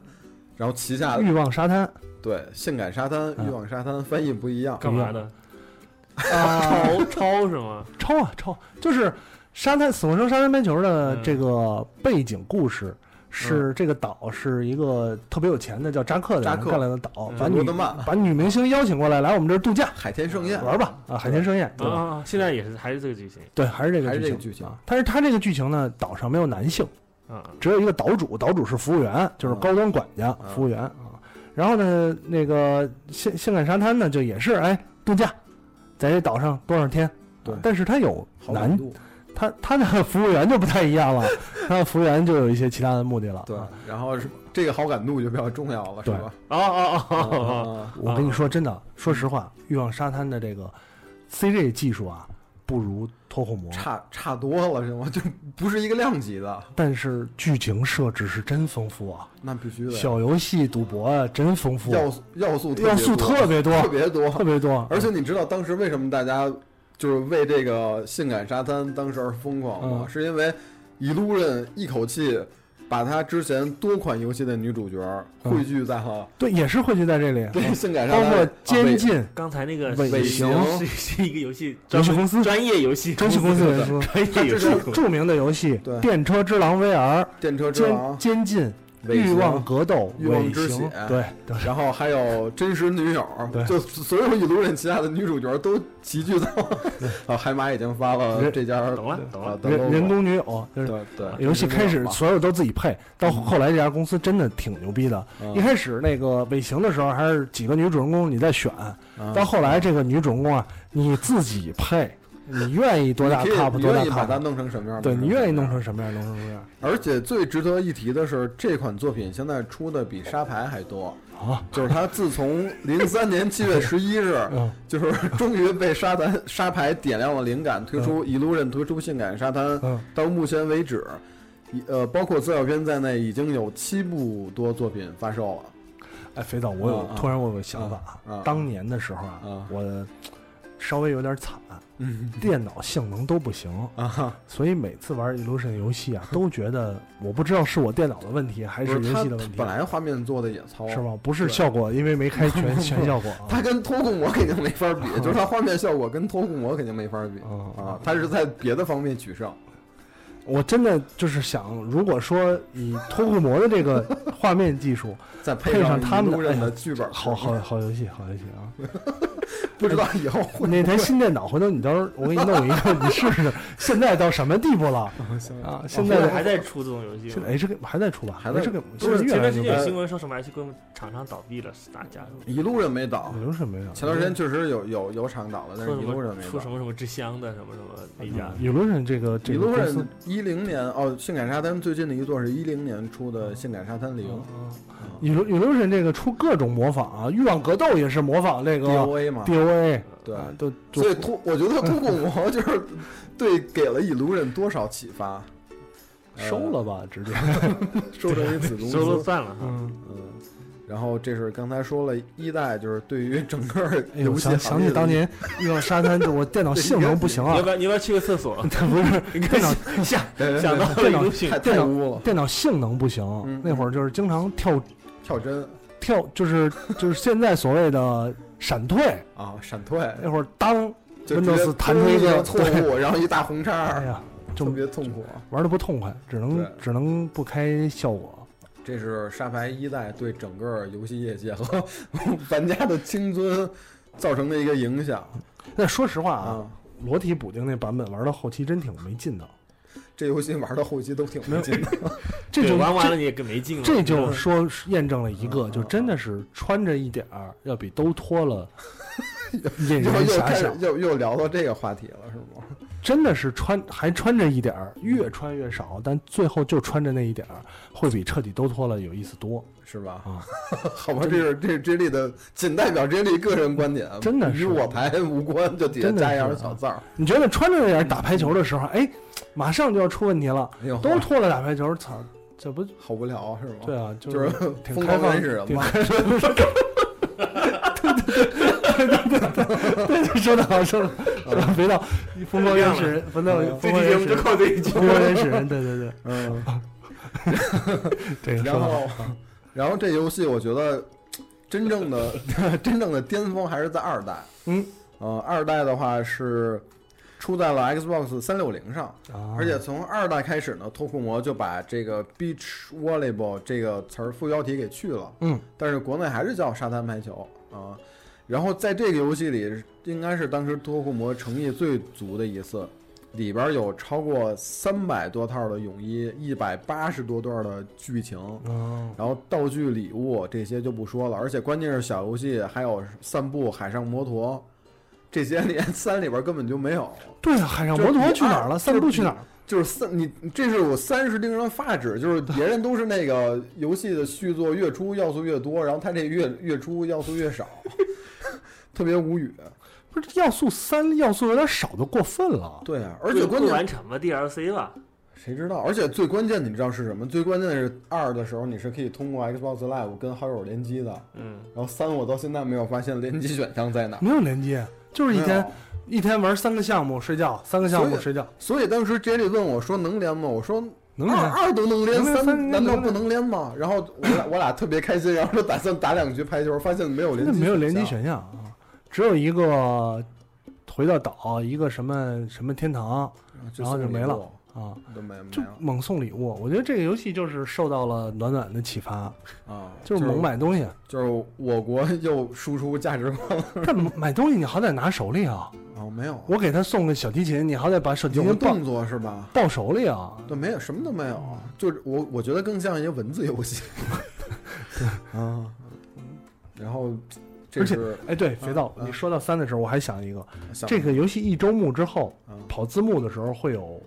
然后旗下
欲望沙滩
对性感沙滩、
嗯
欲望沙滩翻译不一样，
干嘛的？
啊，
抄抄是吗？
超啊超，就是沙滩《死亡生沙滩排球》的
嗯
这个背景故事。
嗯
是这个岛是一个特别有钱的叫扎克的
扎
人
克
干来的岛，
嗯
把
罗
女
德曼
把女明星邀请过来，来我们这儿度假
海天盛宴，
玩吧啊，海天盛宴对吧？
啊，现在也是还是这个剧情
对，还是这
嗯还
个
是
剧
这个
情，
剧情，
啊但是他这个剧情呢，岛上没有男性，
啊，
只有一个岛主，岛主是服务员，就是高端管家、
嗯
服务员啊。然后呢，那个性性感沙滩呢，就也是哎度假，在这岛上多少天？啊
对
但是他有
好感
男，
度，
他他的服务员就不太一 样了，他的服务员就有一些其他的目的了。
对
啊，
然后是这个好感度就比较重要了，是
对
吧？
哦哦哦
啊
哦，
啊
我跟你说真的，说实话，欲望沙滩的这个 CG 技术啊，不如脱后魔，
差差多了是吗？就不是一个量级的，
但是剧情设置是真丰富啊，
那必须的呀。
小游戏赌博啊，真丰富，
要素要素
要素特
特
别多
特别
特
多，
别多，
而且你知道当时为什么大家就是为这个性感沙滩当时而疯狂吗？
嗯
是因为一路人一口气把他之前多款游戏的女主角汇聚在了
对，也是汇聚在这里。
对性感
嗯
沙
包
滩，
括监
啊
禁
刚才那个
尾
尾
行
行
是是一个游戏
游
专
戏
门
公司、
专业游戏
游戏公司的公司
专业游戏
它
公司
这
著名的游戏
对
《电车之狼 VR
电车》、之
监
狼、
监禁、
尾
欲
行
望格斗、
欲望
尾
之
行
血，
对对
然后还有真实女友
对，
就所有一路人旗下的女主角都 齐聚到啊，海马已经发了
人
这家
懂了懂了
啊的
人
logo
人工女友，就是
对对，
游戏开始所有都自己配，到后来这家公司真的挺牛逼的。
嗯
一开始那个尾行的时候，还是几个女主人公你在选，
嗯
到后来这个女主人公啊，你自己配，你愿意多大
你可以
cup
你
多大
愿意把它
cup，
弄成什么样？
对你愿意弄
什
成
么
什么样弄成什么样
样。而且最值得一提的是，这款作品现在出的比沙牌还多，
啊，
就是它自从零三年七月十一日，
嗯。
就是终于被沙滩沙牌点亮了灵感，推出《一路刃》推出性感沙滩
嗯，
到目前为止，一呃，包括资料片在内，已经有七部多作品发售了。
哎，肥皂，我有、
啊啊
突然我有个想法
啊啊
当年的时候啊，
啊
我稍微有点惨，
嗯
电脑性能都不行，
啊，
所以每次玩 Illusion 游戏啊，都觉得我不知道是我电脑的问题还
不
是
是
游
他
戏的问题
本，来画面做的也糙，
是？吗？不是效果，因为没开 全全效果啊。
他跟脱控魔肯定没法 比，就是他画面效果跟脱控魔肯定没法比
啊
啊，他是在别的方面取胜。
我真的就是想，如果说以脱裤魔的这个画面技术，
再
配
上
上他们的
路人
哎
的
呀
剧本，
好好好游戏，好游戏啊！
不知道以后会
那台新电脑，回头你到时候我给你弄一个，你试试。现在到什么地步了啊？现
现
在
在哦还在出这种游戏吗
现在 H G 哎还在出吧？哎
还在
H G
不
现
是
在
前
越来
段时间
越
有新闻说什么 H 跟厂商倒闭了，是哪家？
一路人没倒。
流水没有。
前段时间确实有有有厂倒了，但是
说
一
什
路人没
么
倒
出。什么什么之乡的什么什么那家
嗯，有流水这个
一
这个
路
公司
人一零年哦，《性感沙滩》最近的一座是一零年出的《性感沙滩零
有流有流神这个出各种模仿啊，欲望格斗也是模仿这》个
DOA 嘛，啊
D O A，
对。
都
所以突，我觉得突古魔就是对给了以路人多少启发，呃
收了吧，直 接。哎
收成一子公
收了
司。
算了哈。
嗯，
嗯，然后这是刚才说了一代，就是对于整个
哎呦，
游
我
戏
想
行
想起
业的
当年欲望沙滩，我电脑性能不行
你
啊
要，不要你要不要去个厕所？
不是
你看
电脑
想
对对 对
想到了
电脑
一个
哎太
电
太
脑
污了，
电脑性能不行
嗯，
那会儿就是经常跳
跳帧
跳，就是就是现在所谓的闪退，
啊，闪退，
那会儿当
就直接
Windows 弹出一个
错误，然后一大红叉
哎
儿，
呀，就
特别痛苦。啊
玩的不痛快，只
对
能只能不开效果。
这是沙牌一代对整个游戏业界和 玩家的青春造成的一个影响
但说实话啊，
啊。
裸体补丁那版本玩到后期真挺没劲的。
这游戏玩到后期都挺没劲的，
这就
玩
这
完了你也嗯更没劲了。
这就说验证了一个，
嗯
就真的是穿着一点儿，要比都脱 了引
又
人
又
遐
开始
想。
又又聊到这个话题了，是吗？
真的是穿还穿着一点儿，越穿越少，但最后就穿着那一点儿，会比彻底都脱了有意思多。
是吧？
啊
好吧，这是这是 J 莉的，仅代表 J 莉个人观点，
真的
与
是
我台无关，就底下
真的
加一
是
行
啊
小字儿。
你觉得穿着那点儿打排球的时候，哎，马上就要出问题了，
哎呦，
都脱了打排球，操，这不
好无聊，是吗？
对啊，就
就是
挺
疯
开
狂
放
原始人
挺
嘛。
开放对对对对对对对，说的好，说的说的肥皂，疯狂原始人，疯狂
这
疯
期
狂
节
原
目
始
就
人，
靠这一句。
疯狂原始人，对对对，
嗯，
这个说
然
嗯的
后， 然后这游戏我觉得真正的 真正的巅峰还是在二代。
嗯，
呃，二代的话是出在了 Xbox 三六零上，
啊
而且从二代开始呢，脱裤魔就把这个 beach volleyball 这个词儿副标题给去了，
嗯，
但是国内还是叫沙滩排球啊。然后在这个游戏里，应该是当时脱裤魔诚意最足的一次，里边有超过三百多套的泳衣，一百八十多段的剧情，
嗯
然后道具、礼物这些就不说了，而且关键是小游戏还有散步、海上摩托，这些连 三里边根本就没有。
对啊，海上摩托去哪儿了？
就是
散步去哪儿了？
就是三，你这是我三十令人发指，就是别人都是那个游戏的续作越出要素越多，然后他这越越出要素越少， 特别无语。
不是要素三要素有点少的过分了，
对啊， 而且关
会
键
完成吧 DLC 吧，
谁知道？而且最关键你知道是什么？最关键的是二的时候你是可以通过 Xbox Live 跟好友联机的，
嗯，
然后三我到现在没有发现联机选项在哪儿，
没有连接，就是一
没有
天一天玩三个项目睡觉，三个项
所
目
以
睡觉，
所以当时 J 莉问我说能连吗？我说
能
二
连。
二都能连，
能连三
三
连
难道
能
不
连
能连吗？然后我俩我俩特别开心，然后就打算打两局排球，发现没有
真
联
的
机，
没有联机。选项啊，只有一个回到岛，一个什么什么天堂
就
然后就
送礼
没了
物，
啊，
都没没
就
了
猛送礼物。我觉得这个游戏就是受到了暖暖的启发，
啊，
就是猛，买 东西。
就是我国又输出价值观了
但买买东西你好歹拿手里啊，
啊，没有，
我给他送个小提琴，你好歹把小提
有个
琴抱
动作是吧？
抱手里啊。
对，没有什么都没
嗯
有，就是我我觉得更像一个文字 游戏，啊，然后这
嗯而且
是
哎，对，肥皂，
嗯
你说到三的时候，我还想一个，
想
这个游戏一周目之后
嗯
跑字幕的时候会有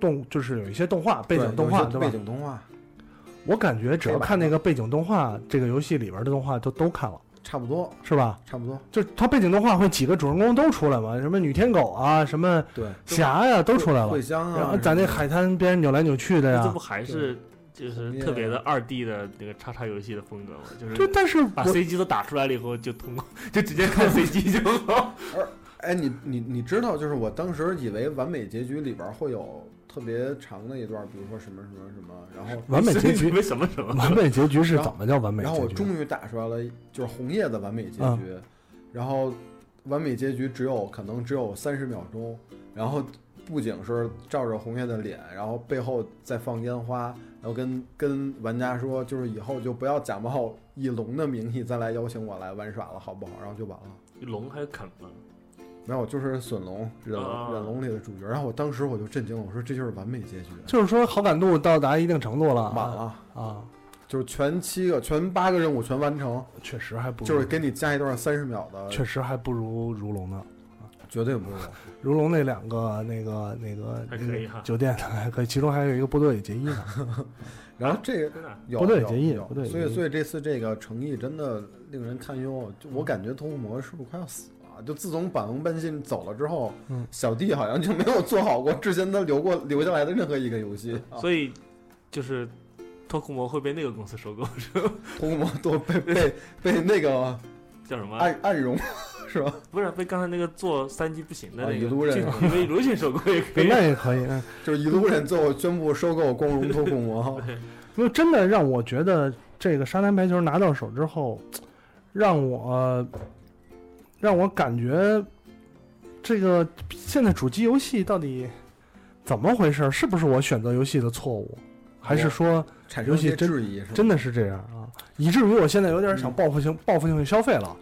动，就是有一些动画背
对
景动
有
画，
一些
对
背
吧？
景动画
我感觉只
黑
要
白
看那
的
个背景动画，这个游戏里边的动画都都看了，
差不多，
是吧？
差不多，
就是它背景动画会几个主人公都出来嘛，什么女天狗啊，什么
对，
侠呀、都出来了
桂。香
然
啊
后，在那
什么的
海滩边扭来扭去的
这
呀
不。还是就是特别的二 D 的那个叉叉游戏的风格吗？就
对，
是
但是
把
我
CG 都打出来了以后，就通过就直接看 CG 就好。
哎，你你你知道，就是我当时以为完美结局里边会有特别长的一段，比如说什么什么什么，然后
完美结
你
局，
们什么什么？
完美结局是怎么叫完美结
然
局？嗯
后我终于打出来了，就是红叶的完美结局，然后完美结局只有可能只有三十秒钟，然后布景是照着红叶的脸，然后背后再放烟花，然后跟跟玩家说，就是以后就不要假冒以龙的名义再来邀请我来玩耍了，好不好？然后就完了。
龙还是啃吗？
没有，就是隼龙忍
啊
龙忍龙里的主角。然后我当时我就震惊了，我说这就是完美结局，
就是说好感度到达一定程度了，
满了，
啊，
就是全七个全八个任务全完成，
确实还不如
就是给你加一段三十秒的，
确实还不如如龙呢。
绝对不是我。
如龙那两个那个那个
还可以啊哈
酒店的还可以，其中还有一个部队结衣呢。
然后这个
真的啊
有
不对
有
结义
有
不对
所
结
以
义
所以这次这个诚意真的令人堪忧。啊就我感觉偷木魔是不是快要死了？啊就自从板龙半信走了之后，
嗯
小弟好像就没有做好过之前他留过留下来的任何一个游戏。啊
所以就是脱库魔会被那个公司收购， 是吧
偷木魔都被被被那个
叫什么？啊
暗暗荣是吧？
不是被刚才那个做三级不行的
啊
那
引
个
路人
进被卢迅收购也可以。
那也可以，嗯
就是一路人最后宣布收购光荣脱骨魔，啊
因为真的让我觉得这个沙滩排球拿到手之后，让我、让我感觉这个现在主机游戏到底怎么回事？是不是我选择游戏的错误，还是
我
说
产生一
尤
些
其真
质疑是吧？
真的是这样啊？以至于我现在有点想报复性、报复性消费了。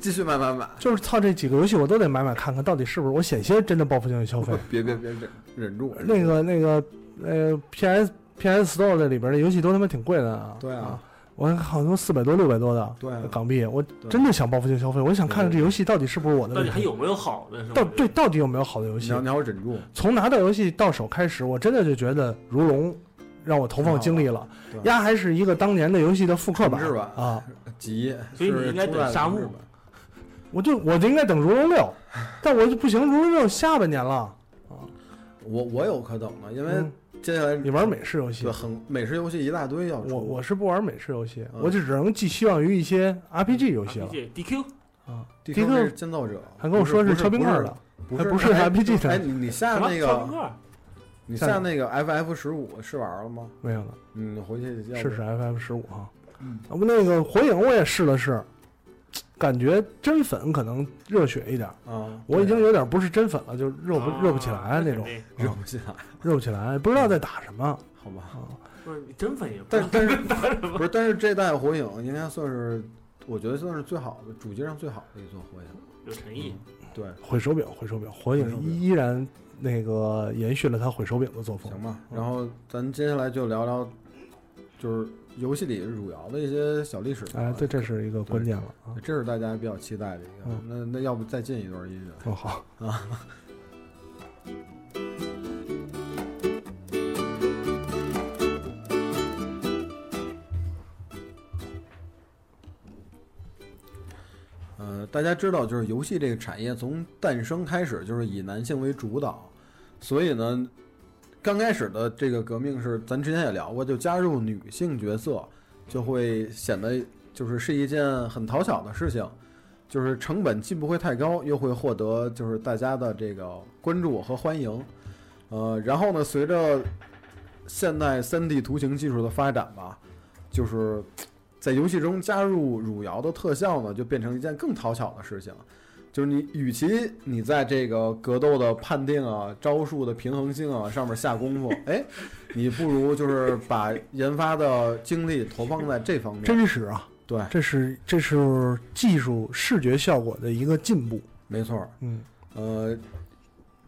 继续买买买！
就是操这几个游戏我都得买买看看，到底是不是我险些真的报复性消 费。
别别别忍忍住！
那个那个呃，PS PS Store 这里边的游戏都他妈挺贵的啊。
对啊，
我看好多四百多六百多的
对啊，
港币，我真的想报复性消费，我想看看这游戏到底是不是我的
到
问
底
题。
还有没有好的？是吧？
到对到底有没有好的游
你
戏
要？你要忍住，
从拿到游戏到手开始，我真的就觉得《如龙》让我投放精力了
挺好的，对
呀，还是一个当年的游戏的复刻版
重置版
啊！
急，
所以你应该等沙漠
我就我就应该等《如龙六》，但我就不行，《如龙六》下半年了。
我我有可等的，因为
嗯，
接下来
你玩美式游戏
对，很美式游戏一大堆要出，
我我是不玩美式游戏，
嗯
我就只能寄希望于一些 RPG 游戏了
DQ
啊。
地
迪
坑
克
是建造者，
还跟我说
不是
敲冰棍，的，
不是
还
不
不
是
是
哎
RPG 的
哎，你你下
什么
那
超人
个
二
你下那个 FF 十五试玩了吗？
没有呢，
嗯，回去要
试试 FF 十五啊。
嗯
要不那个火影我也试了试，感觉真粉可能热血一点，
啊，
我已经
对
有点不是真粉了，就热不
啊
热不起来那
肯
种，
定
忍不下来，
热不起来，不知
嗯
道在打什么。啊
好吧。
不是你真粉也不知
但
道
但是不是？但是这代火影应该算是，我觉得算是最好的主机上最好的一座火影。
有诚
嗯
意，
对，
毁手柄，毁手柄，火
毁手
影
柄
依依然那个延续了他毁手柄的作风
行。吧。
嗯
然后咱接下来就聊聊，就是游戏里汝窑的一些小历史吧。
哎，对，这是一个关键了啊。
这是大家比较期待的一个
嗯。
那那要不再进一段音乐？
哦，好，
呃，大家知道，就是游戏这个产业从诞生开始就是以男性为主导，所以呢，刚开始的这个革命是咱之前也聊过，就加入女性角色就会显得就是是一件很讨巧的事情，就是成本既不会太高，又会获得就是大家的这个关注和欢迎。呃，然后呢，随着现代 3D 图形技术的发展吧，就是在游戏中加入汝窑的特效呢，就变成一件更讨巧的事情。就是你，与其你在这个格斗的判定啊、招数的平衡性啊上面下功夫，哎，你不如就是把研发的精力投放在这方面。
真实啊。
对，
这是这是技术视觉效果的一个进步。
没错儿。
嗯，
呃，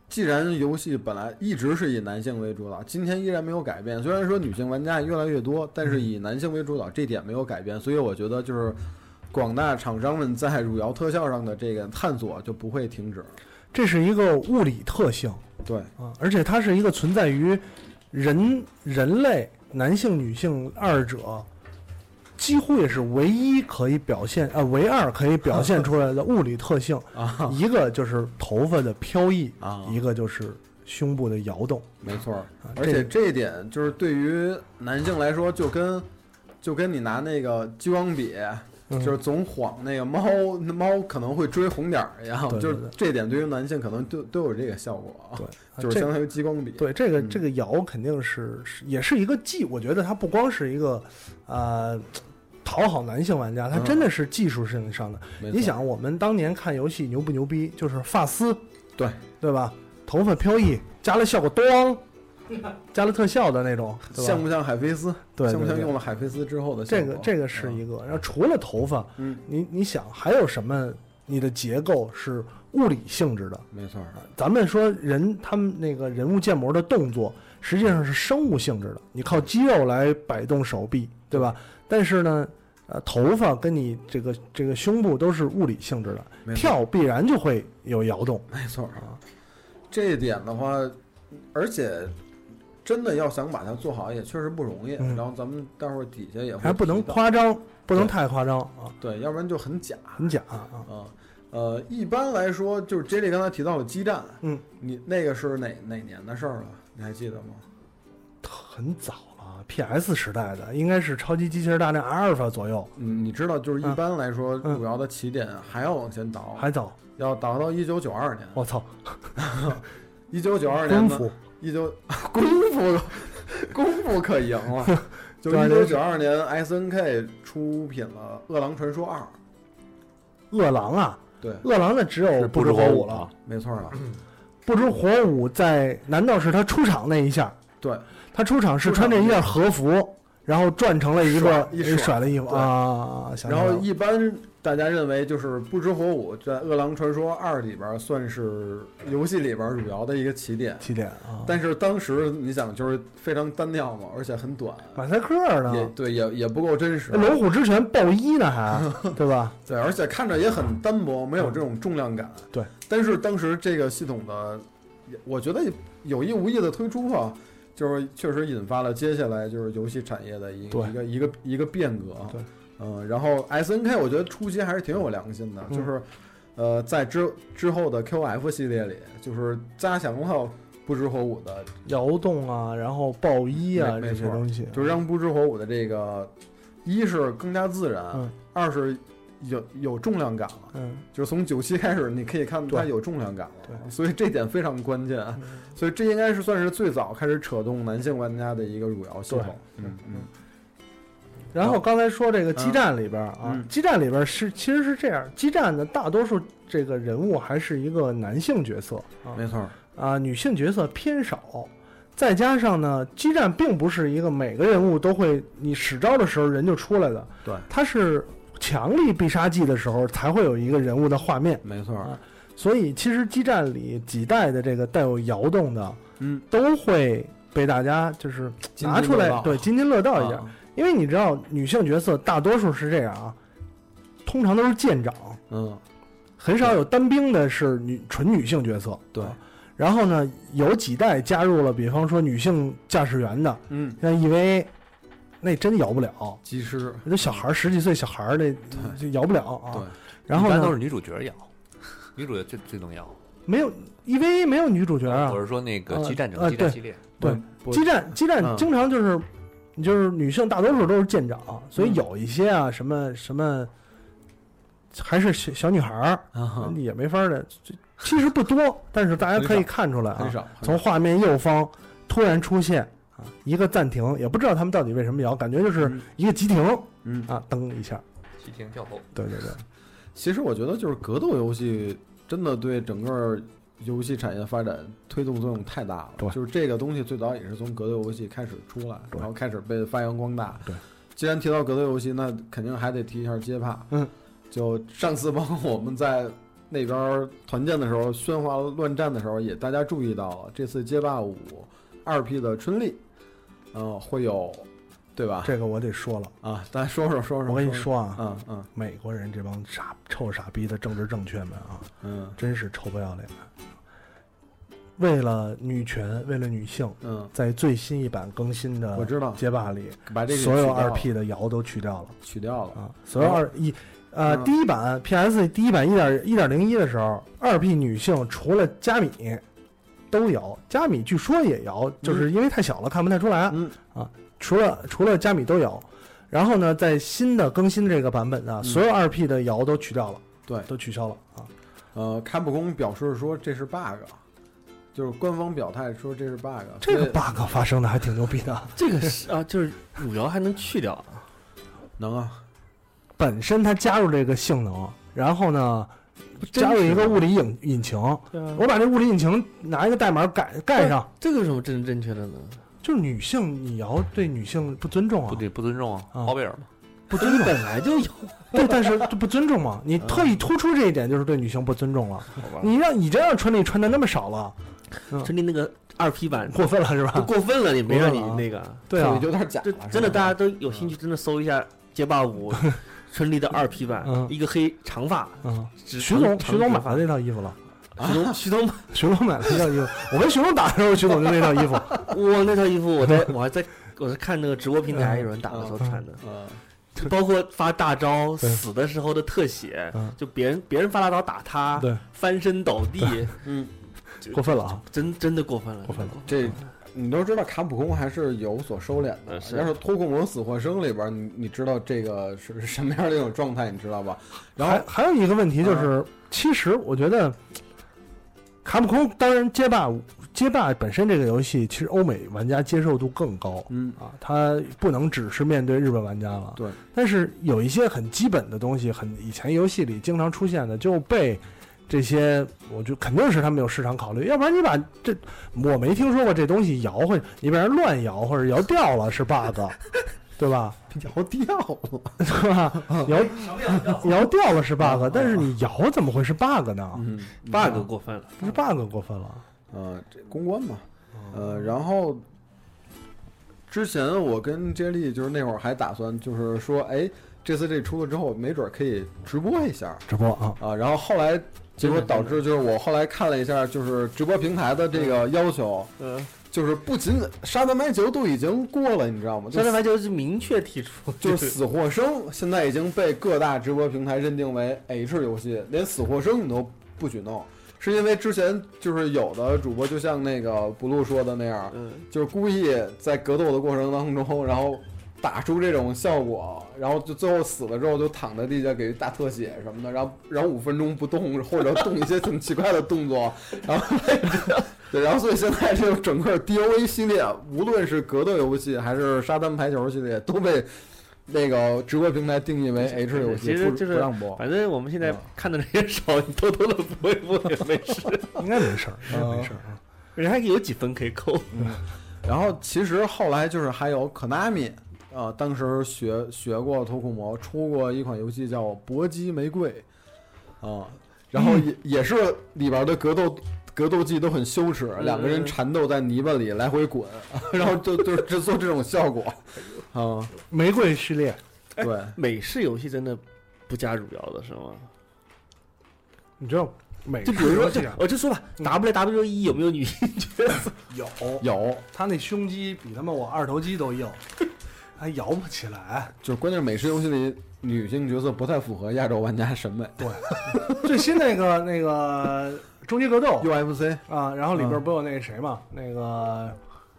既然游戏本来一直是以男性为主导，今天依然没有改变。虽然说女性玩家越来越多，但是以男性为主导这点没有改变，所以我觉得就是广大厂商们在汝窑特效上的这个探索就不会停止。
这是一个物理特性
对，
啊，而且它是一个存在于人人类男性、女性二者，几乎也是唯一可以表现呃唯二可以表现出来的物理特性。
啊，
一个就是头发的飘逸
啊，
一个就是胸部的摇动。
没错儿。
啊
而且这一点就是对于男性来说，就跟就跟你拿那个激光笔
嗯
就是总晃那个猫，那猫可能会追红点儿一样，
对对
就是这点对于男性可能都都有这个效果啊，
对，
就是
这
相当于激光笔。
对这个
嗯
这个摇肯定是是也是一个技，我觉得它不光是一个呃讨好男性玩家，它
嗯
真的是技术性上的。
没错
你想，我们当年看游戏牛不牛逼，就是发丝，
对
对吧？头发飘逸，加了效果咣，加了特效的那种，对吧
像？不像海飞丝？
对
像不
对
像用
对，
了海飞丝之后的效
这
果？
个这个是一个。然后除了头发，
嗯，
你你想还有什么？你的结构是物理性质的，
没错儿，
咱们说人他们那个人物建模的动作，实际上是生物性质的，你靠肌肉来摆动手臂，对吧？但是呢，呃，头发跟你这个这个胸部都是物理性质的，
没错
跳必然就会有摇动。
没错儿啊，这一点的话，而且真的要想把它做好，也确实不容易。
嗯
然后咱们待会儿底下也会
还不能
提到，
夸张，不能
对
太夸张啊，
对，要不然就很假
很假啊。
啊。呃，一般来说，就是 J 莉刚才提到了基站，
嗯，
你那个是哪哪年的事儿了？你还记得吗？
很早了，PS 时代的，应该是超级机器人大战阿尔法左右，
嗯，你知道，就是一
嗯
般来说，
嗯
路遥的起点还要往前倒，
还早。
要倒到一九九二年。
我操，
一九九二年
功
呢
嗯
夫
一九 功夫功夫可赢 了，就一九
92
九二年 S N K 出品了《饿狼传说二》，
饿狼啊，
对，
饿狼那只有
哦
不知火舞了。
啊
没错了，
不知火舞在，难道是他出场那一下？
对，
他出场是穿着一件和服，然后转成了一个
甩一
哎
甩
甩了衣服
对
啊，想起
然
来了
后一般大家认为就是《不知火舞》在《饿狼传说二》里边算是游戏里边汝窑的一个起点，
起点啊，
但是当时你想就是非常单调嘛，而且很短，
马赛克
也
呢？
对，也也不够真实，
龙虎之拳爆衣呢 还，对吧？
对，而且看着也很单薄，没有这种重量感。
对，
但是当时这个系统的，也我觉得有意无意的推出啊，就是确实引发了接下来就是游戏产业的一
对
一个一个一个变革啊。
对，
嗯，然后 S N K 我觉得初期还是挺有良心的，
嗯
就是呃，在之之后的 Q F 系列里，就是加强了不知火舞的，
摇动啊，然后爆衣啊
没
这
没错
些东西，
就让不知火舞的这个一是更加自然，
嗯
二是有有重量感了。
嗯，
就是从九七开始，你可以看它
对
有重量感了，啊
对
所以这点非常关键，所以这应该是算是最早开始扯动男性玩家的一个汝窑系
对
统，嗯嗯，
然后刚才说这个
嗯
基站里边啊，
嗯
基站里边是其实是这样，基站的大多数这个人物还是一个男性角色啊，
没错儿，
啊、女性角色偏少，再加上呢，基站并不是一个每个人物都会你使招的时候人就出来的，
对，
它是强力必杀技的时候才会有一个人物的画面，
没错儿，
所以其实基站里几代的这个带有摇动的
嗯，
都会被大家就是
津
拿
津
出
乐
来
道
对津津乐道一下，
啊
因为你知道女性角色大多数是这样啊，通常都是舰长，
嗯，
很少有单兵的是女纯女性角色。
对，
然后呢，有几代加入了，比方说女性驾驶员的，
嗯，
像 EVA，那真摇不了。
技师，
那小孩儿十几岁小孩儿那就摇不了
对
啊。然后
一般都
呢，
是女主角摇， 女主角最最能摇。
没有 EVA 没有女主角啊
我。是说那个
呃
激战整
呃
个激战
对
系列，
对
不，
激战激战
嗯
经常就是，你就是女性大多数都是舰长，所以
嗯
有一些啊什么什么，还是小小女孩儿，
啊，
也没法儿的。这其实不多，但是大家可以
很
看出来啊
很，少，
从画面右方突然出现啊一个暂停，也不知道他们到底为什么摇，感觉就是
嗯
一个急停
嗯，
啊，噔一下，
西亭跳楼。
对 对对，
其实我觉得就是格斗游戏真的对整个。游戏产业发展推动作用太大了，
对
就是这个东西最早也是从格斗游戏开始出来，
对
然后开始被发扬光大。
对，
既然提到格斗游戏，那肯定还得提一下街霸。
嗯，
就上次帮我们在那边团建的时候，喧哗乱战的时候，也大家注意到了，这次街霸五二 P 的春丽，嗯、会有，对吧？
这个我得说了，
啊，大家说说说说，
我跟你，说啊，
嗯嗯
美国人这帮傻臭傻逼的政治正确们啊，
嗯
真是臭不要脸，啊为了女权，为了女性，
嗯，
在最新一版更新
我
的
知道，
街霸里，
把这个
所有
取掉
二
了
P 的摇都去掉了。
取掉了，
啊，所有二一，呃，
嗯
第一版 PS 第一版一点一点零一的时候，二 P 女性除了加米都摇，加米据说也摇，就是因为太小了看不太出来，
嗯
除了除了加米都摇，然后呢，在新的更新这个版本呢，所有二 P 的摇都取掉了，
嗯对
都取消了啊。
呃，卡普空表示说这是 bug，就是官方表态说这是 bug。
这个 bug 发生的还挺牛逼的，
这个是啊，就是汝窑还能去掉啊，
能啊，
本身它加入这个性能，然后呢，
真
加入一
是
啊
个
吗
物理引引擎，
对啊
我把这物理引擎拿一个代码改盖上，
这个有什么正正确的呢？
就是女性你要对女性不尊重
不
啊，
对，不尊重啊，
啊
包贝尔嘛，
不尊重，
本来就有，
对，但是就不尊重嘛，你特意突出这一点就是对女性不尊重了，你让你这样穿的穿的那么少了，
就你那个二 P 版
过分了是
啊
都
吧？
过分了，你没让你
过分了啊
那个，
对啊，
有点假
这
了，
真的大家都有
嗯
兴趣，真的搜一下街霸 五春丽的二 P 版
嗯，
一个黑长发，
嗯，
只
徐总，
长
徐总买了
长
那套衣服了。
啊
徐总徐总买，
徐总买了那套衣服，我跟徐总打的时候，徐总就那套衣服。
哇，那套衣服我 在我还在我在看那个直播平台有人打的时候穿的，
嗯
包括发大招
对
死的时候的特写
嗯，
就别人别人发大招打
啊
他，
对，
翻身倒地，
嗯，
过分了啊！
真真的过分了，
过分了
这你都知道卡普空还是有所收敛的。
嗯是
要是《脱控魔死或生》里边，你你知道这个是是 什么样的一种状态，你知道吧？然
还
后嗯
还有一个问题就是，其实我觉得，卡普空当然街霸街霸本身这个游戏，其实欧美玩家接受度更高
嗯，
啊，它不能只是面对日本玩家了。
对，
但是有一些很基本的东西，很以前游戏里经常出现的，就被。这些我就肯定是他们有市场考虑，要不然你把这我没听说过这东西摇会，你被人乱摇或者摇掉了是 bug，对吧？
摇掉 了。
是吧？摇摇掉了是 bug，但是你摇怎么会是 bug 呢？
嗯
bug 过分了，
不是 bug 过分了，
呃，这公关嘛，
哦
呃，然后之前我跟接力就是那会儿还打算就是说，哎，这次这出了之后，没准儿可以直播一下
直播啊，
啊。然后后来结果导致就是我后来看了一下，就是直播平台的这个要求，
嗯，
就是不仅沙滩白球都已经过了，你知道吗？就
三白就是明确提出，
就是死或生，现在已经被各大直播平台认定为 H 游戏，连死或生你都不许弄，是因为之前就是有的主播就像那个 blue 说的那样，
嗯，
就是故意在格斗的过程当中，然后打出这种效果，然后就最后死了之后就躺在地下给大特写什么的，然后然后五分钟不动或者动一些挺奇怪的动作，然后 对，然后所以现在这个整个 DOA 系列，无论是格斗游戏还是沙滩排球系列，都被那个直播平台定义为 H 游戏，
其实
不
就是
不让播。
反正我们现在
嗯
看的人也少，你偷偷的播一播也没事，
应该没事儿，应该没事儿啊。
人还有几分可以扣，
然后其实后来就是还有 Konami，呃，当时学学过脱库魔，出过一款游戏叫《搏击玫瑰》，啊、然后也、也是里边的格斗格斗技都很羞耻，
嗯
两个人缠斗在泥巴里来回滚， 然后就就就做这种效果，啊、
玫瑰序列
对，
美式游戏真的不加汝窑的是吗？
你知道美
就比如说，
这
就
样，
我就说吧
嗯
，WWE 有没有女 性角色？
有
有，
他那胸肌比他妈我二头肌都 硬，还摇不起来。
就是关键是美式游戏里女性角色不太符合亚洲玩家审美
最新那个那个终极格斗
，UFC，
啊，然后里边不有那个谁嘛，那个呃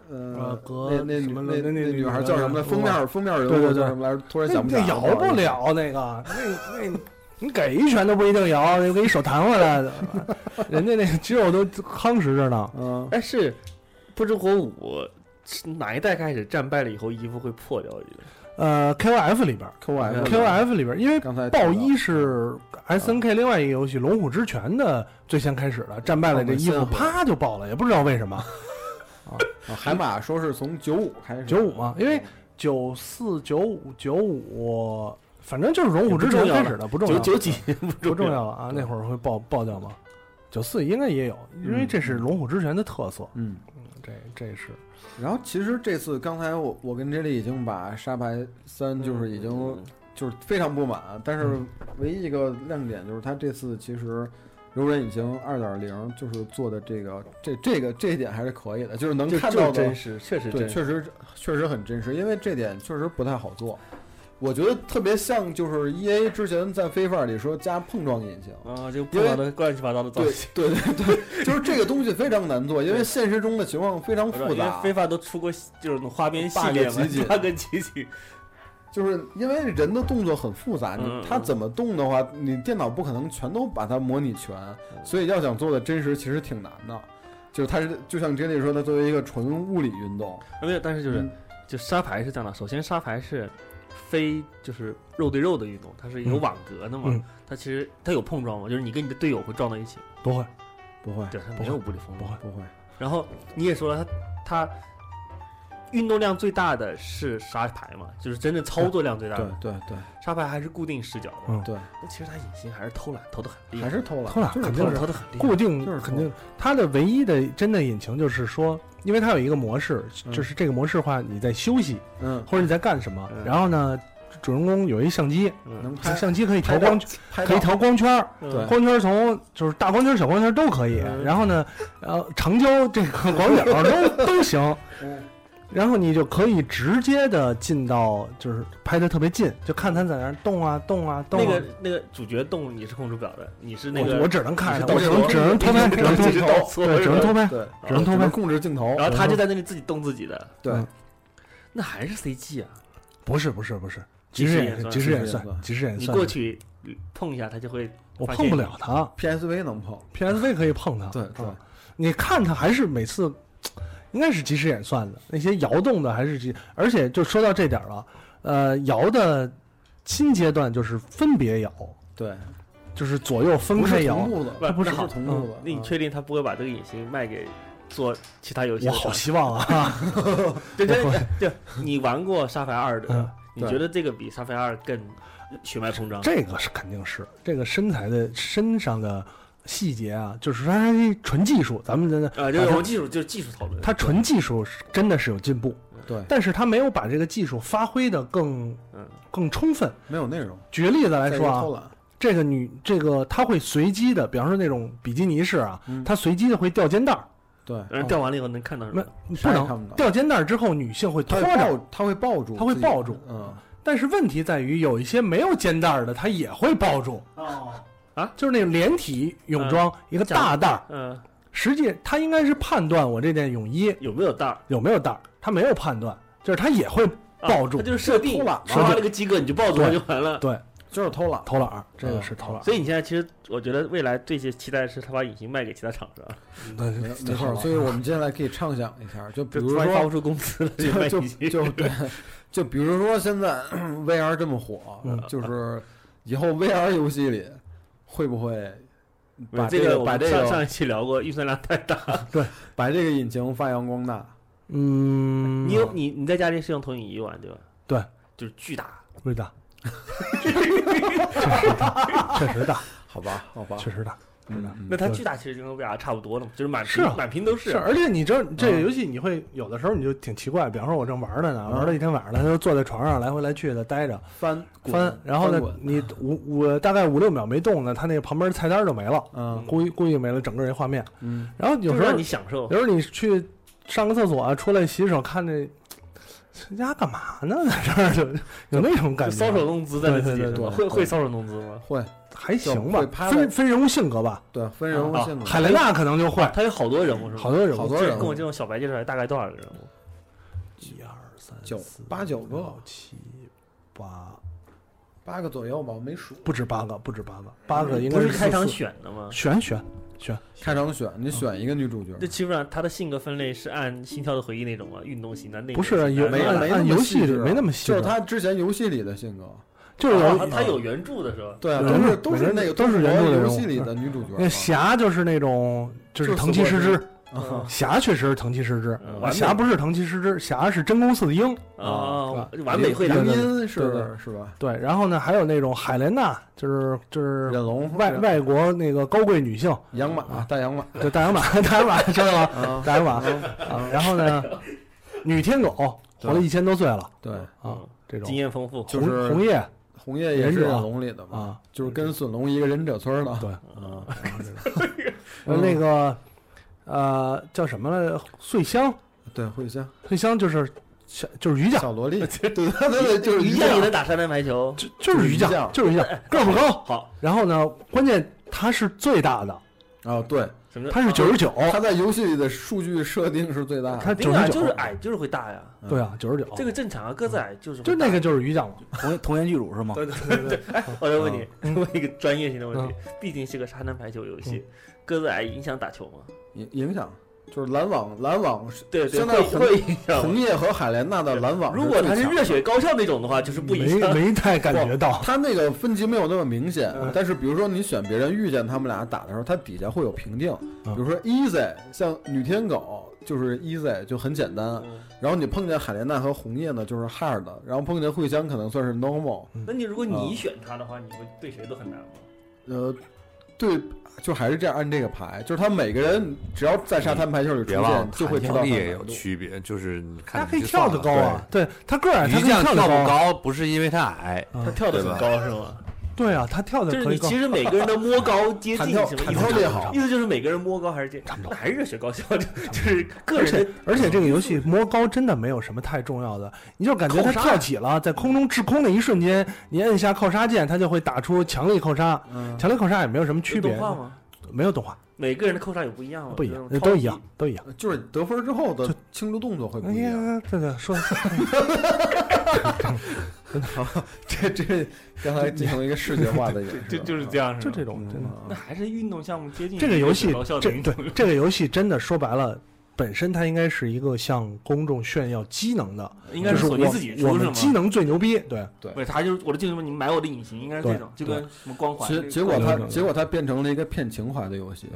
呃，
格
那那
什
女
么
那
那那
女
女
孩
的
叫什么来？封面封面人
对
物
对
叫
对
什么来着？突然
那
想不起来
那摇不。
啊
了那个，那那你给一拳都不一定摇，你给一手弹回来， 人家那个肌肉都夯实着呢。
嗯，
但是不知火舞是哪一代开始战败了以后衣服会破掉？我觉得
呃，KOF 里边儿
Q F
嗯
KOF 里边儿，因为
刚才啊
豹一是 SNK 另外一个游戏《龙虎之拳》的最先开始的，战败了这衣
哦
服
我先
啪就爆了，也不知道为什么。
嗯啊海马说是从九五开始，
九五嘛，因哎
嗯
为九四、九五、九五，反正就是《龙虎之
也不
拳
重》要
开
了
始的，不重要
九九
了。
几年不
不重
要，
要了啊，那会儿会爆爆掉吗？九四应该也有，因
嗯
为这是龙虎之拳的特色，
嗯。
这这是
然后其实这次刚才我我跟 J 莉已经把沙牌三就是已经就是非常不满，但
嗯
是唯一一个亮点就是它这次其实。柔软引擎二点零就是做的这个，这这个这一点还是可以的，就是能
就
看
就
到的
真实，确实
对，
真实。
确实确实很真实，因为这点确实不太好做。我觉得特别像就是 E A 之前在非法里说加碰撞引擎，
啊，就破的乱七八糟的造
对
型。
对对对， 就是这个东西非常难做，因为现实中的情况非常
我知道因
复
为
杂
啊
非。法都出过就是那种花边系列嘛
八个集锦
啊
八个集锦，
就是因为人的动作很复杂，你
嗯嗯
他怎么动的话，你电脑不可能全都把它模拟全，所以要想做的真实其实挺难的。就是它是就像 j e 说，它作为一个纯物理运动，
没有，但是
嗯
就是、就沙排是这样的，首先沙排是非就是肉对肉的运动，它是有
嗯
网格的嘛，
嗯
它其实它有碰撞嘛，就是你跟你的队友会撞到一起，
不会，
不会
对，它
不
没
会
有物理风
不
暴
会。
不会，
然后你也说了，它它运动量最大的是沙排嘛，就是真正操作量最大
对
的
对对
沙排还是固定视角的。
嗯
对，
那其实他隐形还是偷懒，偷的很厉害，
还是偷懒，
偷懒
就是
肯
偷
定
懒
是
偷的很厉害。
固定
就是
肯定，它的唯一的真的引擎就是说，因为它有一个模式，
嗯
就是这个模式的话，你在休息
嗯，
或者你在干什么，
嗯
然后呢，主人公有一相机，
嗯，
能拍
相机可以调
拍照
光，
拍
可以
到
调光圈儿，
对
光圈从就是大光圈、小光圈都可以，
嗯
然后呢，呃，长焦这个广角都都行
嗯，
然后你就可以直接的进到，就是拍的特别近，就看它在那儿动啊动啊动
那
啊。
个那个主角动你是控制不了的，你是那
我我
个，
只能看着它，
你
我
是
只
导游
能只能偷拍，只 能偷
你是导游
拍，对，只能偷拍，
对，
只能偷拍。
控制镜头，
然后他就在那里自己动自己的，
对
嗯
那还是 CG 啊，
不是不是不是，
即
即
时
时
演
演
算
即时
即
演
时
算
演算
即时演
你
算
过，去碰一下他就会，
我
发
碰
现
不了它
PSV 能碰，
，PSV 可以碰它。
对
啊你看它还是每次应该是即时演算的，那些摇动的还是即，而且就说到这点儿了，呃，摇的新阶段就是分别摇，
对，
就是左右分
不
开
是
摇
同。步的，
它不是
是同步的，
那你
嗯
确定他不会把这个隐形卖给做其他游戏
我
的
好
商品？
希望啊！
对对对，就你玩过沙凡二
嗯
的，你
对
觉得这个比沙凡二更血脉膨胀？
这个是肯定是这个身材的身上的细节啊，就是说它是纯技术，咱们的
啊，就是我们技术就是技术讨论，
它纯技术是真的是有进步，
对
但是它没有把这个技术发挥的更
嗯
更充分。
没有内容，
举个例子来
再一
说
个
啊
偷，懒，
这个女这个她会随机的，比方说那种比基尼式啊，
嗯
她随机的会掉肩带儿，
对，
哦
然后掉完了以后能看到什
没
么？
不
啥也看
能
不到
掉肩带儿之后，女性会
他
拖
会抱
着。，
他会抱住，
它会抱住，
嗯，
但是问题在于，有一些没有肩带儿的，她也会抱住啊
哦，
就是那种连体泳装，一个大带儿。
嗯，
实际她应该是判断我这件泳衣
有没有带儿？
有没有带儿，她没有判断，就是她也会
啊
抱住
它就是设定，
偷懒嘛
刷了个及格你就抱住它就完了。
对
就是偷懒，
偷懒儿，这个是偷懒儿。
所以你现在其实，我觉得未来最期待的是他把隐形卖给其他厂商，
那
没
这
没
好
错，
了
所以我们接下来可以畅想一下，嗯就
就
比如
突然发不
说，
出工资了，
就
卖
就
隐 形。
就对，就比如说现在 VR 这么火
嗯，
就是以后 VR 游戏里会不会把
这
个
我
把
们
这
上上
个
一期聊过，预算量太大。
把这个引擎发扬光大？
嗯，
你有你你在家里是用投影仪玩对吧？
对，
就是巨大。
味道，确实大，
好吧，好吧，
确实大，确实大。
嗯，
那它
对
巨大其实就跟 VR 差不多了嘛，就是满
是
屏
啊
满屏都是
是，。而且你知道这个游戏，你会有的时候你就挺奇怪，比方说我正玩着呢，玩到一天晚上，他就坐在床上来回来去的待着
翻
翻，然后呢，你五五大概五六秒没动呢，他那个旁边菜单就没了，
嗯
故意故意没了整个一画面。
嗯，
然后有
就是
时候
让你享受
有，时候你去上个厕所啊，出来洗手，看这这家干嘛呢，在这儿就有那种
就
感觉，啊
搔首弄姿在那自己
对对
是吧
对对
会会搔首弄姿吗？
会
还行
就会
吧，
拍了
分分人物性格吧。
对分人物
啊
性格，嗯
海莲娜可能就会，
它有好多人物是吧？
好多人
好
物，
多
就是
人
跟我这种小白介绍来大概多少个人物？
一二三
九
四
八九个
六七八，
八个左右吧，我没数。
不止八个，不止八个，八个应该
不是开
四
场
四
选的吗？
选选选，
开场选你
啊
选一个女主角，
这基本上他的性格分类是按《心跳的回忆》那种啊，运动型的啊那
不是有
没
按
没那
按
么
游
细
戏里
致
没那么细致，
就是她之前游戏里的性格，
就是
啊
啊
有
他
啊
他有原著的是吧？
对啊，
嗯
都是
嗯
都是那个
都是原
中
著
国
的人
游
物
戏里的女主角嘛，
那霞就是那种就是
啊就是
藤崎
死
诗
过嗯
之， 霞确实是藤崎诗之
嗯，
啊
完美
霞不是藤崎诗之，霞是真宫寺英，
啊
啊，
完美会
林
谈
对对
音
对对
是是吧？
对，然后呢还有那种海莲娜，就是就是
忍龙
外啊外国那个高贵女性，
养马大养马
就大洋马 大洋马知道吗？
啊，
大洋马啊，然后呢，女天狗活了一千多岁了
对，
嗯
啊，这种
经验丰富，
就
红
是
红叶
红叶也
忍
是
者
忍龙里的嘛，
啊，
就是跟隼龙一个忍者村的，
对
啊，
呃那个呃叫什么来着？穗香，
对，慧香
穗香就是小就是鱼酱，
小 萝莉，对对对，就是
一样也能打三分排球，
就就是鱼
就是鱼酱
酱，就是鱼酱，个儿不高。
好，
然后呢，关键它是最大的，
啊，对，
什么叫
它是九十九，
它在游戏里的数据设定是最大的。
它
肯定
九
啊，
十
就是
九，
矮就是会大呀，
对啊，九十九，
这个正常啊，个子矮就是
就
会大
那个。就是鱼酱嘛，
童童颜巨乳是吗？
对对对对，哎，我再问你，
嗯
问一个专业性的问题，毕竟是个沙滩排球游戏，
嗯
个子矮影响打球吗？
影影响就是篮网，篮网是
对对，
现
会
在红
会影响吗。
红叶和海莲娜的篮网最
如
强。
果他是热血高校那种的话，就是不影
没
响。
没太感觉到，
他那个分级没有那么明显
嗯，
但是比如说你选别人遇见他们俩打的时候，他底下会有评定，比
嗯
如说 easy，像女天狗就是 easy 就很简单，
嗯
然后你碰见海莲娜和红叶呢就是 hard，然后碰见慧香可能算是 normal，
那你如果你
啊
嗯
选他的话，你会对谁都很难吗？
呃，对，就还是这样按这个排，就是他每个人只要在沙滩排球里
别
出
忘了
现，就会知道
弹跳
他
力也
的
有
难度
区别，就是你看
它可以
你就
跳
算
得
了
高啊，对，它个儿矮，
对
它
鱼
可以
酱
跳
跳
得
不
高啊，
高，不是因为他矮，
他
嗯
跳得
对吧
很高是吗？
对啊，它跳
就
的
是
可以
你
高
其，实每个人的摸高接
弹
近
跳
什么
弹
意思
跳？力好
意，思就是每个人摸高还是接，那还是热血高校，就就是个
而
人
且
的嗯
而且这个游戏摸高真的没有什么太重要的，你就感觉它
扣杀
跳起了，在空中滞空的一瞬间，你摁一下扣杀键，它就会打出强力扣杀，
嗯，
强力扣杀也没有什么区
有
别
动，画吗？
没有动画，
每个人的扣杀有不一样吗？
不一
就是
样呃
那，种
都一
超
样，都一样。
就是得分之后的
就
庆祝动作会不
哎
一样。
呀，这个说 的
这这刚才进行了一个视觉化的演示，
级，就就是这样，
就这
种。
种真的。
那还是运动项目接
嗯
近
这个游戏
高校，的
这
运
对
动
这个游戏真的说白了，本身它应该是一个向公众炫耀机能的，
应该
就是是
索尼
我
自己
我
出是
们机
吗？
能最牛逼，对，
不是，他就是我的竞争，你买我的隐形，应该是这种，就跟什么光环这
结
个。
结果
有
它
点
结果它变成了一个骗情怀的游戏，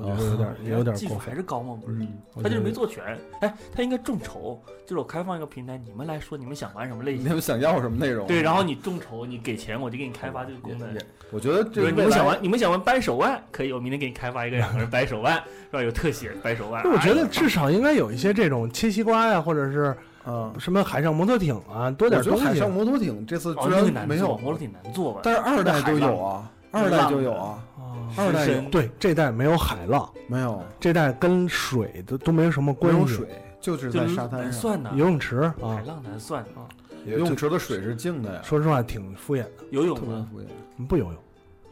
我觉得有点也有点
技术
过
还
分。嗯
是高吗？不是，
我
他就
觉
是
得
没做全。哎，他应该众筹，就是我开放一个平台，你们来说你们想玩什么类
你
型。
们想要什么内容？
对，然后你众筹，你给钱，我就给你开发这个功能
也。也我觉得
比
这
如
个
你
未
们
来
想玩，你们想玩掰手腕，可以，我明天给你开发一个两个人掰手腕，是吧？有特写掰手腕。
那我觉
哎
得
呀
至少应该有一些这种切西瓜呀，或者是
啊，
什么海上摩托艇啊，多
我
点
觉得
东
海
西
上。摩托艇这次
哦
居
那个
然
难
没
做，
有，
摩托挺难做吧？哦
但是二代就有啊，
那海
二
浪
代就有啊，
啊
二代有
深
对，这代没有海浪，
没有
这代跟水的都没有什么
没
关
有
系。
水，就是
就
在沙滩
难
上，嗯
算的，
游泳池
海
啊，
浪难算啊，
游泳池的水是静的呀，
说实话挺敷衍的，
游
特
泳
别
呢？
敷衍
不游泳，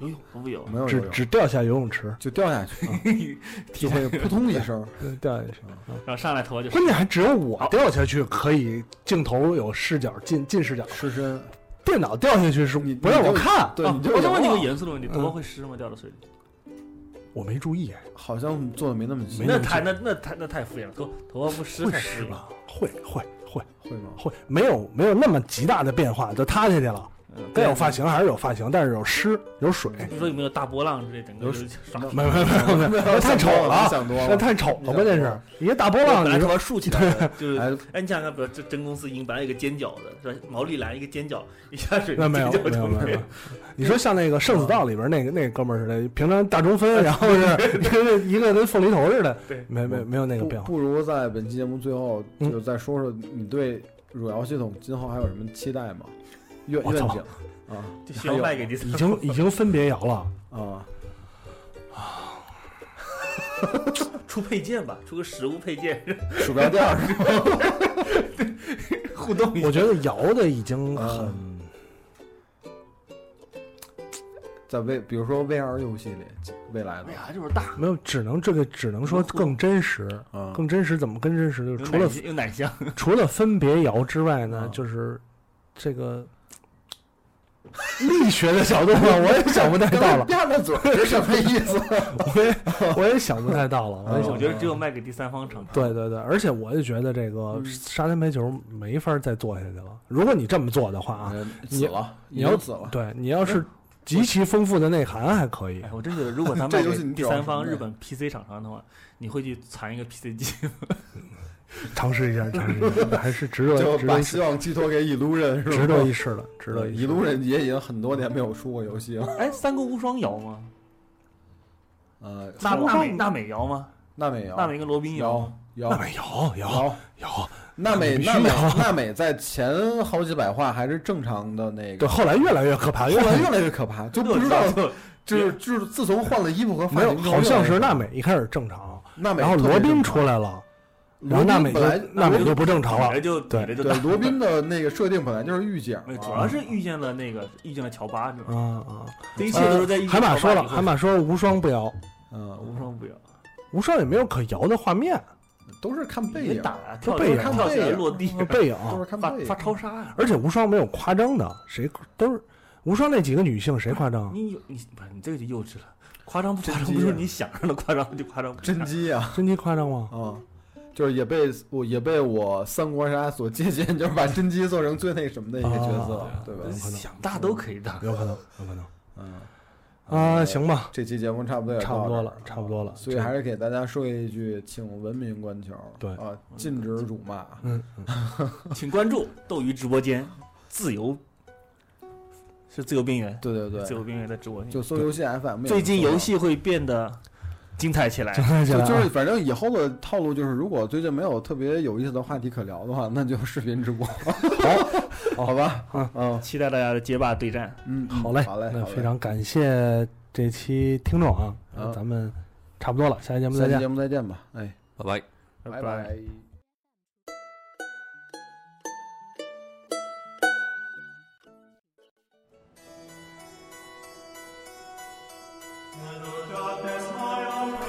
游泳不游？
没有
只
游泳
只掉下游泳池，
就掉下 去，啊就会扑通一声，
掉下去。
然后上来头发就
关键还只有
啊
我掉下去可以镜头有视角近近视角，
失身，
电脑掉下去是
你
不让我
你就
看，
对，你就
哦我想问你
有
个
啊
严肃的问题：头发
嗯
会湿吗？掉到水里？
我没注意，
好像做的没那么细，
那太那那太那太敷衍了，头头发不湿
会
太
是
敷衍了。
吧？会会会
会吗？
会，没有没有那么极大的变化，就塌下去了。
嗯
该有发。型还是有发型，但是有湿有水，
对你说有没有大波浪之类，整个
有
就是刷
没有没有没有没有，那太丑了
你
啊，
想
哦
多
那
了。
太丑了，关键是一个大波浪，
本来
你
头
说
发竖起来的，就是
哎，
哎，你想想，比如这真公司赢，本来有个尖角的，是吧？毛利兰一个尖角，一下水
那没有
尖角
没有
就
没有
没。。
你说像那个《圣子道》里边那个那哥们儿似的，平常大中 分，然后是跟 那一个跟凤梨头似的
对，
没没没有那个
不
变化。
不如在本期节目最后
嗯
就再说说你对汝窑系统今后还有什么期待吗？愿
我
愿
操
景啊，
就需要卖给第
已
三方。
经已经分别摇了，
啊，
出配件吧，出个实物配件
鼠标垫儿是吧
互动一下。
我觉得摇的已经
呃
很
在未比如说 VR 游戏里未来的
哎呀，就是大，
没有，只能这个只能说更真实，
啊，
更真实怎么更真实？就是
嗯有
除了
奶有奶香，
除了分别摇之外呢
嗯
啊，
就是这 个力学的角度呢，我也想不太到 了，
吧吧嘴儿 是什么意思？
我也我也想不太到了，我也想
哦我觉得只有卖给第三方厂商。
啊对对对，而且我就觉得这个
嗯
沙滩排球没法再做下去了。如果你这么做的话啊，
哎死了，
你
已
要
经死了，哎
对你要是极其丰富的内涵还可以
哎，，我真觉得，如果他
这
卖
游
给
戏你
第
屌
三
什
方
么
日
呀
本 PC 厂商的话，你会去藏一个 PC 机吗？
尝试一下，尝试一 下，还是值得
就
值得
把
一
希望寄托给引路人是吧？
值得一试的，值得一
引
试。
呃路人也已经很多年没有出过游戏了。
哎，三国无双摇吗？
呃，
娜娜美娜美摇吗？
娜美摇，
娜美跟罗宾摇
摇
吗？
摇
那摇摇
摇
摇，
娜美
必须
娜美
啊
娜美在前好几百话还是正常的那
对，
个，
后来越来越可怕，
后
越来
来
越
越来越可怕，就不知道就是就是自从换了衣服和发
没有，
型之后，
好像是
越来
娜
越
美一开始正常，
娜美，
然后罗宾出
来，
来了，然
罗
后
宾
娜美就
本来
娜美就不正常
本来
了，
就
对
比着就
对
大。
罗宾的那个设定本来就是御姐嘛
没有，主要是遇见了那个，遇见了乔巴，你知道吗？
啊啊！
这一切都是在
呃
遇见
海马
乔巴
说了，
以后
海马说无双不摇，
嗯，
无双不摇，
无双也没有可摇的画面，
都是看背
没
影，
打啊，跳
背影
跳起来落地，
嗯
背 影
都是看
发
背
发
影。
超杀呀！
而且无双没有夸张的，谁都是无双那几个女性谁夸张？
你有你不是你这个就幼稚了，夸张不
嗯真
夸张
机
不是
啊
你想让的夸张就夸张，
真机啊
真鸡夸张吗？
啊！就是也被我也被我三国杀所借鉴，就是把真机做成最那什么的一个角色
啊，
对吧？
想大都可以大。
有可能，有可能
嗯，
啊，
呃
行吧，
这期节目差不多也到
差不多
这儿
了，差不多了。
所以还是给大家说一句，请文明观球，
对
啊，禁止辱骂，
嗯，嗯
请关注斗鱼直播间，自由是自由边缘，
对对
自
对，
由边缘的直播间。
就搜游戏 FM 也
最近
能搜到
游戏会变得精彩起来，
看起
就
来啊
就是，反正以后的套路就是，如果最近没有特别有意思的话题可聊的话，那就视频直播，好，好吧，
嗯
嗯
期待大家的街霸对战。
嗯，
好嘞，
好嘞，
那
好嘞
非，常感谢这期听众啊，
嗯
咱们差不多了，下期节目
下
再
期
见
节。目再见吧，哎，
拜拜。
拜拜。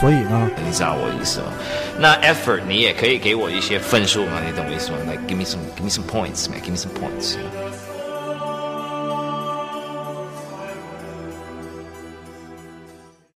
所以呢，
你知道我意思吗？那 effort 你也可以给我一些分数嘛，你懂我意思吗？Like give me some give me some points, man, give me some points. you know?